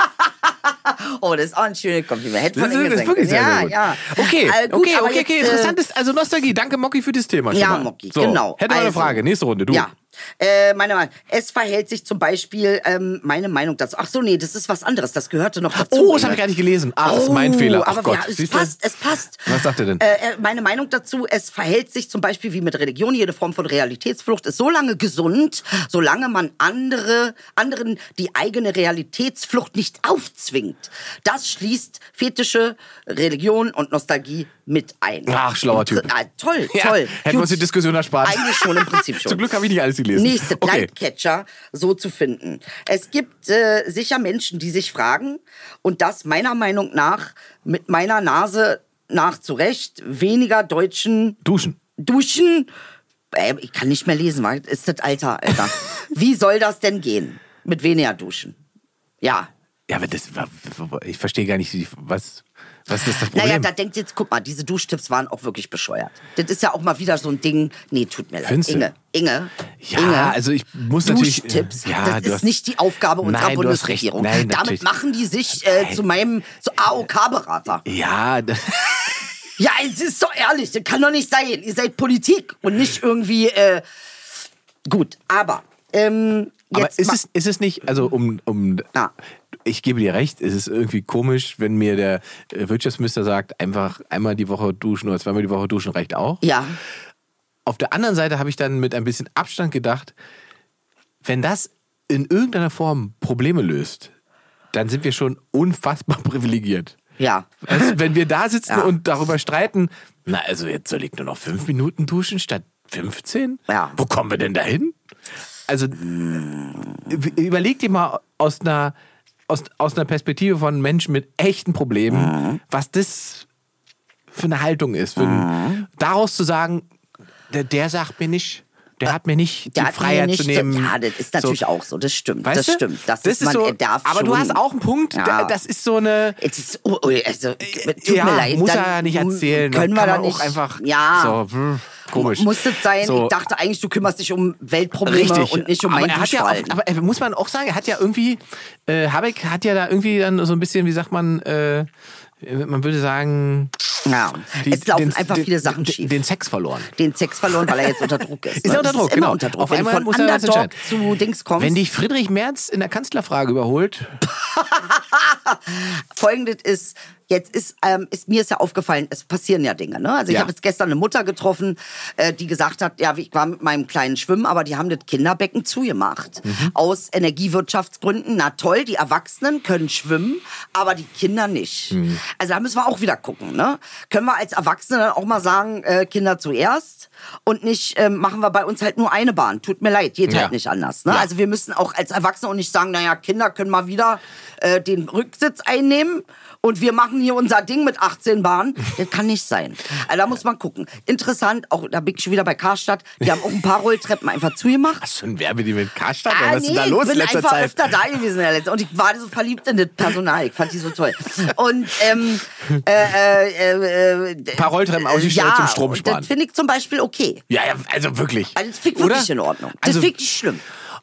S4: Oh, das ist auch ein schönes Kompliment. Hätte
S2: Das
S4: von
S2: ist,
S4: Inge
S2: das ist
S4: sein
S2: wirklich
S4: können.
S2: sehr,
S4: ja,
S2: sehr gut.
S4: ja.
S2: Okay,
S4: Äh, gut,
S2: okay,
S4: aber
S2: okay,
S4: jetzt,
S2: okay.
S4: äh,
S2: Interessant ist, also Nostalgie. Danke, Mocky, für das Thema schon
S4: Ja,
S2: mal.
S4: Mocky,
S2: so,
S4: genau.
S2: Hätte mal eine
S4: Also.
S2: Frage. Nächste Runde, du.
S4: Ja. Äh, meine Meinung. Es verhält sich zum Beispiel ähm, meine Meinung dazu. Ach so, nee, das ist was anderes. Das gehörte noch dazu.
S2: Oh, das habe
S4: Inge.
S2: ich gar nicht gelesen. Ach, das ist
S4: Oh,
S2: mein Fehler. Ach
S4: Aber
S2: Gott.
S4: Ja, es
S2: Siehst du?
S4: passt, es passt.
S2: Was sagt er denn?
S4: Äh, äh, meine Meinung dazu, es verhält sich zum Beispiel wie mit Religion, jede Form von Realitätsflucht ist so lange gesund, solange man andere, anderen die eigene Realitätsflucht nicht aufzwingt. Das schließt Fetische, Religion und Nostalgie mit ein.
S2: Ach, schlauer Typ.
S4: Ah, toll,
S2: [LAUGHS] Ja,
S4: toll.
S2: hätten wir uns die Diskussion erspart.
S4: [LAUGHS] Eigentlich schon, im Prinzip schon.
S2: Zum Glück habe ich nicht alles gelesen.
S4: Nächste,
S2: Okay.
S4: Lightcatcher so zu finden. Es gibt äh, sicher Menschen, die sich fragen und das meiner Meinung nach mit meiner Nase nach zu Recht weniger Deutschen
S2: Duschen.
S4: duschen. Äh, ich kann nicht mehr lesen, weil ist das Alter,
S2: [LAUGHS]
S4: Alter. Wie soll das denn gehen mit weniger duschen? Ja.
S2: Ja, aber das, war- ich verstehe gar nicht, wie- was, was ist das
S4: Naja,
S2: Problem?
S4: da denkt jetzt, guck mal, diese Duschtipps waren auch wirklich bescheuert. Das ist ja auch mal wieder so ein Ding. Nee, tut mir leid.
S2: Findest du?
S4: Inge, Inge.
S2: ja,
S4: Inge.
S2: also ich muss natürlich.
S4: Duschtipps.
S2: Ja,
S4: das
S2: du
S4: ist
S2: hast-
S4: nicht die Aufgabe
S2: Nein, du
S4: unserer
S2: hast recht.
S4: Bundesregierung.
S2: Nein,
S4: Damit
S2: natürlich.
S4: machen die sich äh, zu meinem zu AOK-Berater.
S2: Ja, das,
S4: Ja, es ist doch ehrlich, das kann doch nicht sein. Ihr seid Politik und nicht irgendwie äh, gut. Aber ähm,
S2: aber
S4: jetzt
S2: ist
S4: ma-
S2: es, ist es nicht, also um. um
S4: Ja.
S2: Ich gebe dir recht, es ist irgendwie komisch, wenn mir der äh, Wirtschaftsminister sagt, einfach einmal die Woche duschen oder zweimal die Woche duschen reicht auch.
S4: ja.
S2: Auf der anderen Seite habe ich dann mit ein bisschen Abstand gedacht, wenn das in irgendeiner Form Probleme löst, dann sind wir schon unfassbar [LAUGHS] privilegiert.
S4: Ja.
S2: Also, wenn wir da sitzen
S4: Ja.
S2: und darüber streiten, na, also jetzt soll ich nur noch fünf Minuten duschen statt 15?
S4: Ja.
S2: Wo kommen wir denn dahin? Also, w- überleg dir mal aus einer, aus, aus einer Perspektive von Menschen mit echten Problemen,
S4: Mhm.
S2: was das für eine Haltung ist. Für
S4: Mhm.
S2: ein, daraus zu sagen, der, der sagt mir nicht, der hat mir nicht die
S4: Der hat mir
S2: Freiheit
S4: nicht
S2: zu nehmen.
S4: So, ja, das ist natürlich auch so. Das stimmt.
S2: Weißt
S4: das
S2: du?
S4: stimmt. Das, ist, man
S2: so,
S4: er darf
S2: aber du
S4: schon-
S2: hast auch einen Punkt,
S4: Ja.
S2: da- das ist so eine.
S4: Es ist, oh, oh, also, tut
S2: ja,
S4: mir leid.
S2: muss
S4: dann
S2: er ja nicht erzählen. ne?
S4: Können wir
S2: Kann
S4: da
S2: man
S4: nicht.
S2: auch einfach.
S4: Ja.
S2: So, hm, komisch.
S4: Muss das sein?
S2: So,
S4: Ich dachte eigentlich, du kümmerst dich um Weltprobleme
S2: Richtig.
S4: und nicht um
S2: aber
S4: mein
S2: er hat ja
S4: Duschverhalten.
S2: auch, Aber er, muss man auch sagen, er hat ja irgendwie. Äh, Habeck hat ja da irgendwie dann so ein bisschen, wie sagt man, äh, man würde sagen.
S4: ja.
S2: die-
S4: es laufen
S2: den-
S4: einfach
S2: den-
S4: viele Sachen
S2: den-
S4: schief. Den,
S2: Den Sex verloren.
S4: Sex verloren, weil er jetzt unter Druck ist.
S2: Ist er
S4: ne?
S2: unter
S4: Das
S2: Druck,
S4: immer
S2: genau.
S4: Unter Druck.
S2: Auf
S4: Wenn
S2: einmal
S4: du von
S2: muss er das
S4: Underdog
S2: entscheiden.
S4: zu Dings kommst,
S2: Wenn dich Friedrich Merz in der Kanzlerfrage überholt,
S4: folgendes ist, jetzt ist, ähm, ist mir ist ja aufgefallen, es passieren ja Dinge. Ne? Also ich
S2: Ja.
S4: habe jetzt gestern eine Mutter getroffen, äh, die gesagt hat, ja, ich war mit meinem kleinen Schwimmen, aber die haben das Kinderbecken zugemacht. Aus Energiewirtschaftsgründen. Na toll, die Erwachsenen können schwimmen, aber die Kinder nicht. Also da müssen wir auch wieder gucken. Ne? Können wir als Erwachsene dann auch mal sagen, äh, Kinder zuerst und nicht ähm, machen wir bei uns halt nur eine Bahn. Tut mir leid, geht
S2: Ja.
S4: halt nicht anders. Ne?
S2: Ja.
S4: Also wir müssen auch als Erwachsene und nicht sagen, naja, Kinder können mal wieder äh, den Rücksitz einnehmen und wir machen hier unser Ding mit
S2: [LAUGHS]
S4: 18 Bahnen. Das kann nicht sein. Also da muss man gucken. Interessant, auch da bin ich schon wieder bei Karstadt, die haben auch ein paar Rolltreppen einfach zugemacht.
S2: hast du ein Werbedeal mit Karstadt?
S4: Ah,
S2: Was ist denn da
S4: nee,
S2: los
S4: ich bin
S2: in letzter
S4: einfach
S2: Zeit?
S4: öfter da gewesen in der letzten. Und ich war so verliebt in das Personal. Ich fand die so toll. Und ähm, äh, äh, äh, d-
S2: Paar Rolltreppen auf die Stelle
S4: ja,
S2: zum Strom
S4: und
S2: sparen.
S4: Das finde ich zum Beispiel okay.
S2: Ja, ja, also wirklich.
S4: Also das finde ich wirklich
S2: Oder?
S4: in Ordnung. Das
S2: Also,
S4: finde ich nicht schlimm.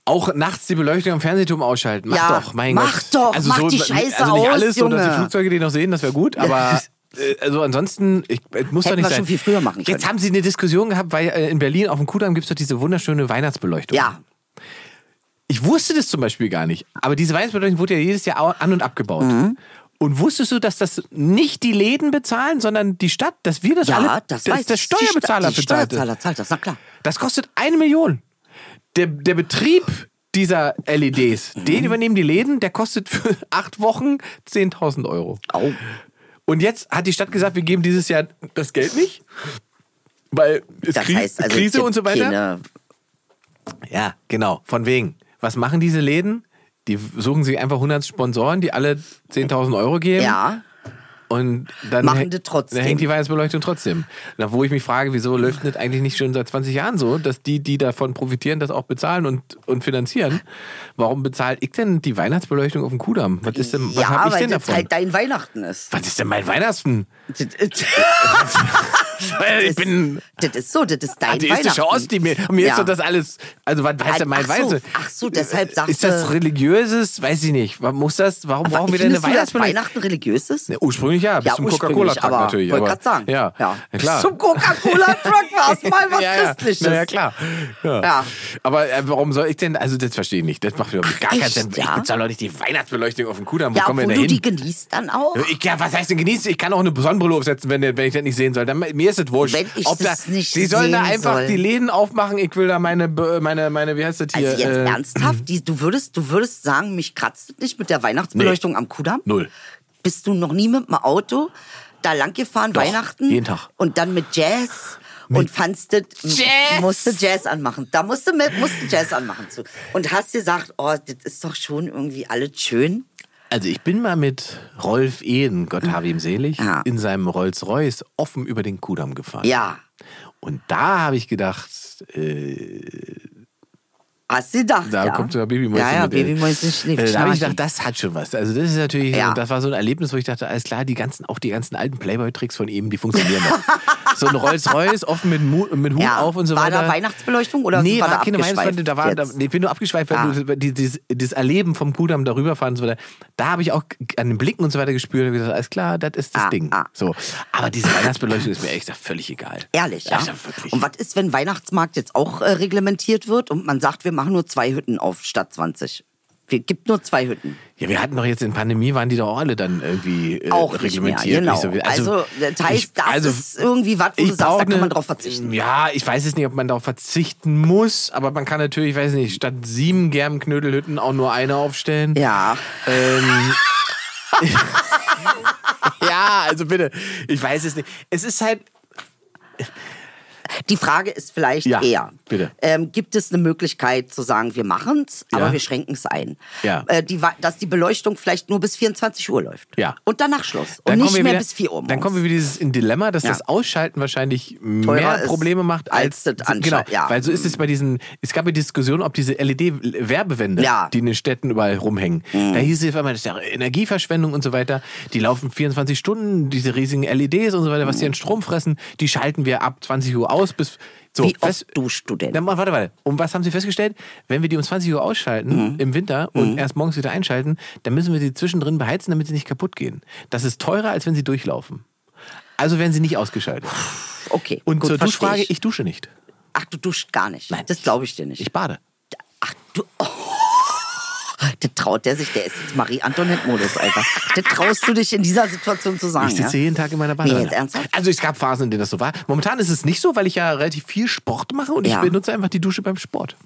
S2: Auch nachts die Beleuchtung am Fernsehturm ausschalten. Mach
S4: Ja,
S2: doch, mein
S4: mach
S2: Gott.
S4: doch, mach die Scheiße
S2: also nicht
S4: aus,
S2: alles, so dass
S4: Junge.
S2: die Flugzeuge den noch sehen, das wäre gut, aber äh, also ansonsten, ich, es muss doch
S4: Hätten
S2: nicht
S4: wir
S2: sein.
S4: schon viel früher machen
S2: Jetzt
S4: können.
S2: haben sie eine Diskussion gehabt, weil äh, in Berlin auf dem Kudamm gibt es doch diese wunderschöne Weihnachtsbeleuchtung.
S4: Ja,
S2: Ich wusste das zum Beispiel gar nicht, aber diese Weihnachtsbeleuchtung wurde ja jedes Jahr au- an- und abgebaut.
S4: Mhm.
S2: Und wusstest du, dass das nicht die Läden bezahlen, sondern die Stadt, dass wir das alle,
S4: ja, das
S2: dass
S4: weiß
S2: der
S4: ich. Die Sta-
S2: Steuerbezahler
S4: die
S2: bezahlt.
S4: Steuerzahler zahlt das, na klar.
S2: Das kostet eine Million. Der, der Betrieb dieser LEDs, den übernehmen die Läden, der kostet für [LAUGHS] acht Wochen 10.000 Euro.
S4: Au.
S2: Und jetzt hat die Stadt gesagt, wir geben dieses Jahr das Geld nicht, weil es
S4: Das
S2: Kri
S4: heißt also, es
S2: Krise
S4: gibt
S2: und so weiter.
S4: Keine,
S2: Ja, genau, von wegen. Was machen diese Läden? Die suchen sich einfach 100 Sponsoren, die alle 10.000 Euro geben.
S4: Ja.
S2: Und dann,
S4: Machen
S2: häng-
S4: die trotzdem.
S2: dann hängt die Weihnachtsbeleuchtung trotzdem. Na, wo ich mich frage, wieso läuft das eigentlich nicht schon seit 20 Jahren so, dass die, die davon profitieren, das auch bezahlen und, und finanzieren? Warum bezahlt ich denn die Weihnachtsbeleuchtung auf dem Kudamm? Was ist denn, Hm, was
S4: ja,
S2: hab ich
S4: weil
S2: denn
S4: das
S2: davon?
S4: halt dein
S2: [LAUGHS]
S4: Weihnachten ist.
S2: was ist denn mein Weihnachten?
S4: Das,
S2: Weil Ich bin
S4: das ist so, das ist dein Weihnachten.
S2: atheistische Ost, die mir, mir
S4: Ja. Halt,
S2: ist doch das alles. Also was heißt denn mein
S4: ach so,
S2: Weiße?
S4: ach so, deshalb
S2: Ist das
S4: sagte-
S2: religiöses? Weiß ich nicht. Warum muss das? Warum brauchen wir denn eine
S4: Findest du, dass
S2: Weihnachtsbeleuchtung?
S4: Weihnachten religiös ist?
S2: Ne, ursprünglich ja, bis
S4: Ja,
S2: zum
S4: ursprünglich,
S2: Coca-Cola-Tag
S4: aber
S2: natürlich.
S4: Wollte
S2: aber-
S4: gerade sagen.
S2: Ja, ja. klar.
S4: Bis zum Coca-Cola-Truck war es mal
S2: [LAUGHS]
S4: was
S2: ja, ja.
S4: Christliches.
S2: Na ja, klar. Ja.
S4: Ja.
S2: Aber äh, warum soll ich denn, also das verstehe ich nicht, das macht überhaupt gar keinen
S4: echt,
S2: Sinn. Ich
S4: ja?
S2: bezahle doch nicht die Weihnachtsbeleuchtung auf dem Kudamm, wo
S4: Ja,
S2: kommen wir
S4: obwohl
S2: denn
S4: du
S2: hin?
S4: die genießt dann auch.
S2: Ich, ja, was heißt denn genießen? Ich kann auch eine Sonnenbrille aufsetzen, wenn, wenn ich das nicht sehen soll. Dann, mir ist das wurscht.
S4: Wenn ich das nicht
S2: die sollen da
S4: sehen
S2: einfach
S4: soll.
S2: die Läden aufmachen. Ich will da meine, Be- meine, meine wie heißt das hier?
S4: Also jetzt
S2: äh,
S4: ernsthaft, die, du, würdest, du würdest sagen, mich kratzt es nicht mit der Weihnachtsbeleuchtung
S2: Nee.
S4: am Kudamm?
S2: Null.
S4: Bist du noch nie mit dem Auto da lang gefahren,
S2: Doch,
S4: Weihnachten?
S2: jeden Tag.
S4: Und dann mit Jazz? und fandst du,
S2: Jazz?
S4: musste Jazz anmachen. Da musste mit, musste Jazz anmachen. zu. Und hast gesagt, oh, das ist doch schon irgendwie alles schön.
S2: Also ich bin mal mit Rolf Eden, Gott habe ihm selig,
S4: Ja.
S2: in seinem Rolls-Royce offen über den Kudamm gefahren.
S4: Ja.
S2: Und da habe ich gedacht, äh,
S4: Hast du gedacht,
S2: da
S4: ja.
S2: kommt der Babymäuschen
S4: Ja, ja,
S2: mit. äh,
S4: Babymäuschen
S2: äh,
S4: schläft
S2: Da habe ich
S4: schnarchen.
S2: gedacht, das hat schon was. Also das ist natürlich,
S4: Ja.
S2: und das war so ein Erlebnis, wo ich dachte, alles klar, die ganzen, auch die ganzen alten Playboy-Tricks von ihm, die funktionieren
S4: [LAUGHS]
S2: noch. so ein Rolls-Royce, offen mit, Mu mit Hut
S4: Ja.
S2: auf und so
S4: War
S2: weiter.
S4: da Weihnachtsbeleuchtung oder
S2: nee,
S4: war da
S2: keine
S4: abgeschweift
S2: Weihnachtsbeleuchtung, da war, da,
S4: jetzt?
S2: nee, ich bin nur abgeschweift, weil
S4: Ah.
S2: du, die, dieses, dieses Erleben vom Kudamm darüber fahren und so weiter, da habe ich auch an den Blicken und so weiter gespürt, und gesagt, alles klar, das ist das
S4: Ah,
S2: Ding.
S4: ah.
S2: So. Aber diese Weihnachtsbeleuchtung ist mir echt völlig egal.
S4: Ehrlich, ja.
S2: ja wirklich.
S4: Und was ist, wenn Weihnachtsmarkt jetzt auch äh, reglementiert wird und man sagt, wir machen nur zwei Hütten auf statt 20? Wir gibt nur zwei Hütten.
S2: Ja, wir hatten doch jetzt in Pandemie, waren die doch alle dann irgendwie äh,
S4: Auch nicht mehr,
S2: reglementiert.
S4: genau.
S2: nicht so viel.
S4: also, das heißt,
S2: ich-
S4: das
S2: also,
S4: ist irgendwie was, wo du
S2: ich brauch
S4: sagst, da kann
S2: ne-
S4: man drauf verzichten.
S2: Ja, ich weiß es nicht, ob man darauf verzichten muss, aber man kann natürlich, ich weiß nicht, statt sieben Gerbenknödelhütten auch nur eine aufstellen.
S4: Ja,
S2: Ähm, [LAUGHS] ja, also bitte, ich weiß es nicht. Es ist halt,
S4: die Frage ist vielleicht
S2: Ja,
S4: eher,
S2: bitte.
S4: Ähm, gibt es eine Möglichkeit zu sagen, wir machen es, aber
S2: Ja.
S4: wir schränken es ein.
S2: Ja.
S4: Äh, die, Wa- dass die Beleuchtung vielleicht nur bis 24 Uhr läuft.
S2: Ja.
S4: Und danach Schluss. Und
S2: dann
S4: nicht
S2: kommen wir
S4: mehr
S2: wieder,
S4: bis 4 Uhr morgens.
S2: Dann kommen wir wieder dieses in Dilemma, dass
S4: Ja.
S2: das Ausschalten wahrscheinlich
S4: Teurer
S2: mehr
S4: ist,
S2: Probleme macht
S4: als
S2: als,
S4: das
S2: genau,
S4: Anschalten, ja.
S2: weil so ist es bei diesen es gab ja Diskussionen, ob diese LED Werbewände,
S4: Ja. Mhm.
S2: die in den Städten überall rumhängen. Da hieß es auf einmal, das ist ja Energieverschwendung und so weiter. Die laufen 24 Stunden, diese riesigen LEDs und so weiter, was
S4: Mhm.
S2: die an Strom fressen, die schalten wir ab 20 Uhr aus bis so
S4: Wie
S2: was-
S4: oft duschst du denn?
S2: Na, mal, warte, warte. Und was haben Sie festgestellt? Wenn wir die um 20 Uhr ausschalten
S4: Mhm.
S2: im Winter und erst morgens wieder einschalten, dann müssen wir die zwischendrin beheizen, damit sie nicht kaputt gehen. Das ist teurer, als wenn sie durchlaufen. Also werden sie nicht ausgeschaltet.
S4: okay.
S2: Und
S4: gut,
S2: zur
S4: versteh
S2: Duschfrage,
S4: ich.
S2: ich dusche nicht.
S4: Ach, du duschst gar nicht.
S2: Nein.
S4: Das glaube ich dir nicht.
S2: Ich bade.
S4: Ach du. Oh. Das traut der sich, der ist jetzt Marie-Antoinette-Modus, Alter. Das traust du dich in dieser Situation zu sagen.
S2: Ich sitze
S4: Ah, ja?
S2: jeden Tag in meiner
S4: Nee,
S2: Badewanne.
S4: jetzt ernsthaft?
S2: also es gab Phasen, in denen das so war. Momentan ist es nicht so, weil ich ja relativ viel Sport mache und
S4: Ja.
S2: ich benutze einfach die Dusche beim Sport.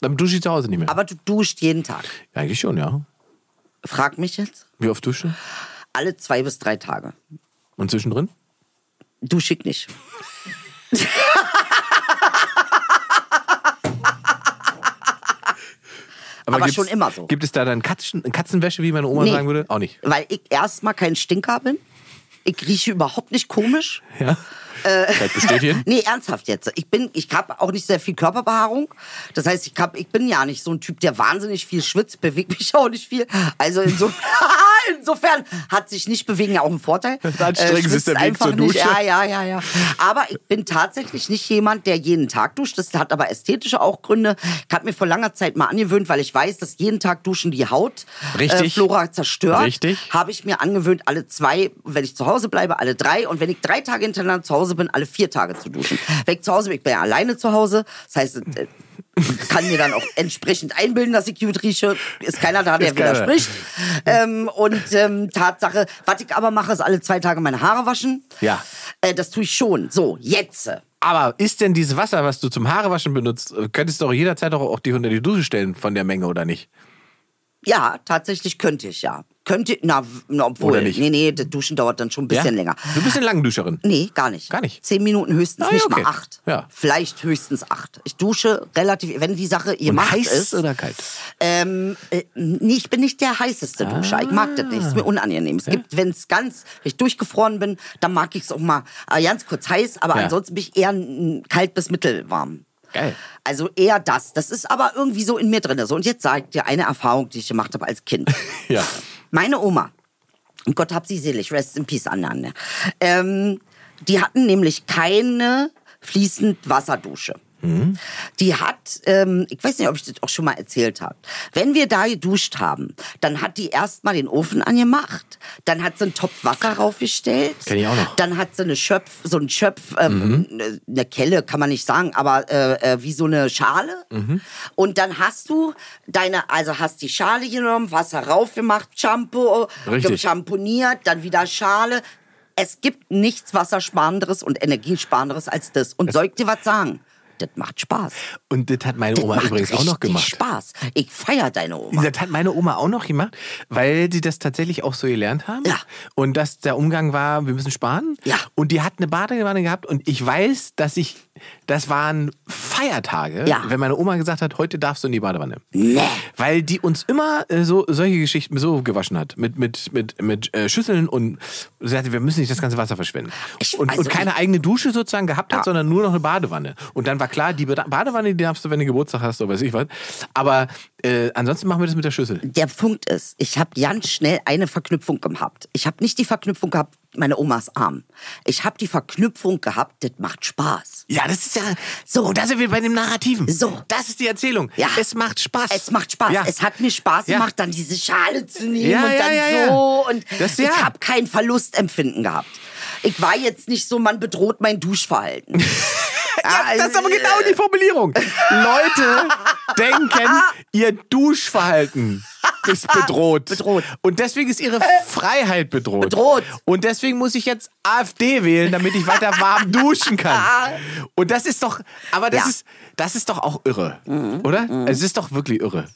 S2: Dann dusche ich zu Hause nicht mehr.
S4: Aber du duscht jeden Tag.
S2: Eigentlich schon, ja.
S4: Frag mich jetzt.
S2: Wie oft dusche?
S4: Alle zwei bis drei Tage.
S2: Und zwischendrin?
S4: Du schick nicht. Aber
S2: gibt's-
S4: schon immer so.
S2: Gibt es da dann Katzen, Katzenwäsche, wie meine Oma
S4: Nee.
S2: sagen würde? Auch nicht.
S4: Weil ich erstmal kein Stinker bin. Ich rieche überhaupt nicht komisch.
S2: Ja. Äh. Bestätigen?
S4: Nee, ernsthaft jetzt. Ich bin, ich habe auch nicht sehr viel Körperbehaarung. Das heißt, ich, hab, ich bin ja nicht so ein Typ, der wahnsinnig viel schwitzt, bewegt mich [LAUGHS] auch nicht viel. Also inso [LAUGHS] insofern hat sich nicht bewegen ja auch
S2: [LAUGHS]
S4: einen Vorteil. Äh,
S2: Anstrengend ist
S4: schwitzt
S2: der Weg
S4: einfach
S2: zur
S4: nicht.
S2: Dusche.
S4: Ja, ja, ja, ja. Aber ich bin tatsächlich nicht jemand, der jeden Tag duscht. Das hat aber ästhetische auch Gründe. Ich habe mir vor langer Zeit mal angewöhnt, weil ich weiß, dass jeden Tag Duschen die Haut Äh,
S2: Richtig.
S4: Flora zerstört.
S2: Richtig.
S4: Habe ich mir angewöhnt, alle zwei, wenn ich zu Hause bleibe, alle drei. Und wenn ich drei Tage hintereinander zu Hause bin, alle vier Tage zu duschen. Wenn ich zu Hause bin, ich bin ja alleine zu Hause. Das heißt, äh, ich kann mir dann
S2: [LAUGHS]
S4: auch entsprechend einbilden, dass ich gut rieche. Ist keiner da, der
S2: Ist keiner.
S4: widerspricht. Ähm, und ähm, Tatsache, was ich aber mache, ist alle zwei Tage meine Haare waschen.
S2: Ja.
S4: Äh, das tue ich schon. So, jetzt.
S2: [LAUGHS] Aber ist denn dieses Wasser, was du zum Haarewaschen benutzt, äh, könntest du auch jederzeit auch, auch die unter die Dusche stellen von der Menge oder nicht?
S4: Ja, tatsächlich könnte ich, ja. Könnt ihr, na, na obwohl,
S2: Oder nicht?
S4: nee, nee, das Duschen dauert dann schon ein bisschen länger.
S2: Du bist eine Langduscherin.
S4: Nee, gar nicht.
S2: Gar nicht?
S4: Zehn Minuten höchstens,
S2: Ah, ja,
S4: nicht
S2: okay.
S4: mal acht.
S2: Ja.
S4: Vielleicht höchstens acht. Ich dusche relativ, wenn die Sache ihr macht
S2: heiß
S4: ist.
S2: oder kalt?
S4: Ähm, äh, nee, ich bin nicht der heißeste Duscher. Ich mag das nicht. Ist mir
S2: Ah.
S4: unangenehm. Es gibt, wenn es ganz ich durchgefroren bin, dann mag ich es auch mal äh, ganz kurz heiß, aber
S2: Ja.
S4: ansonsten bin ich eher n- kalt bis mittelwarm.
S2: Geil.
S4: Also eher das. Das ist aber irgendwie so in mir drin. So, und jetzt sagt dir eine Erfahrung, die ich gemacht habe als Kind.
S2: Ja.
S4: Meine Oma, und Gott hab sie selig, rest in peace, Anna. ne? Ähm, die hatten nämlich keine fließend Wasserdusche.
S2: Mhm.
S4: Die hat, ähm, ich weiß nicht, ob ich das auch schon mal erzählt habe. Wenn wir da geduscht haben, dann hat die erstmal den Ofen angemacht, dann hat sie einen Topf Wasser raufgestellt.
S2: Kenn ich auch noch.
S4: Dann hat sie eine Schöpf, so einen Schöpf,
S2: Mhm.
S4: ähm, ne- eine Kelle kann man nicht sagen, aber äh, äh, wie so eine Schale.
S2: Mhm.
S4: Und dann hast du deine, also hast die Schale genommen, Wasser raufgemacht, Shampoo,
S2: Richtig.
S4: champoniert, dann wieder Schale. Es gibt nichts Wassersparenderes und Energiesparenderes als das. Und soll ich dir was sagen? Das macht Spaß.
S2: Und das hat meine
S4: Das
S2: Oma
S4: macht
S2: übrigens auch noch
S4: richtig
S2: gemacht.
S4: Spaß. Ich feier deine Oma.
S2: Das hat meine Oma auch noch gemacht, weil die das tatsächlich auch so gelernt haben.
S4: Ja.
S2: Und dass der Umgang war, wir müssen sparen.
S4: Ja.
S2: Und die hat eine Badewanne gehabt und ich weiß, dass ich, das waren Feiertage,
S4: Ja.
S2: wenn meine Oma gesagt hat, heute darfst du in die Badewanne.
S4: Nee.
S2: Weil die uns immer äh, so solche Geschichten so gewaschen hat. Mit, mit, mit, mit äh, Schüsseln und sie hatte, wir müssen nicht das ganze Wasser verschwenden.
S4: Ich-
S2: und,
S4: also
S2: und keine
S4: ich-
S2: eigene Dusche sozusagen gehabt hat,
S4: Ja.
S2: sondern nur noch eine Badewanne. Und dann war klar, die Bade- Badewanne, die darfst du, wenn du Geburtstag hast oder weiß ich was. Aber äh, ansonsten machen wir das mit der Schüssel.
S4: Der Punkt ist, ich habe ganz schnell eine Verknüpfung gehabt. Ich habe nicht die Verknüpfung gehabt, meine Omas Arm. Ich habe die Verknüpfung gehabt, das macht Spaß.
S2: Ja, das ist ja. So, da sind wir bei dem Narrativen.
S4: So.
S2: Das ist die Erzählung.
S4: Ja.
S2: Es macht Spaß.
S4: Es macht Spaß.
S2: Ja.
S4: Es hat mir Spaß
S2: Ja.
S4: gemacht, dann diese Schale zu nehmen
S2: Ja,
S4: und
S2: ja,
S4: dann
S2: ja,
S4: so.
S2: ja.
S4: Und
S2: Das- ja.
S4: ich habe kein Verlustempfinden gehabt. Ich war jetzt nicht so, man bedroht mein Duschverhalten.
S2: [LAUGHS]
S4: Ah,
S2: Ja, das ist aber genau die Formulierung. Leute denken, ihr Duschverhalten
S4: [LAUGHS]
S2: ist bedroht.
S4: Bedroht. Äh,
S2: Und deswegen ist ihre Freiheit bedroht.
S4: Bedroht.
S2: Und deswegen muss ich jetzt AfD wählen, damit ich weiter
S4: [LAUGHS]
S2: warm duschen kann. Und das ist doch, aber das
S4: Ja. Mhm.
S2: ist, das ist doch auch irre, oder? Also Es ist doch wirklich irre.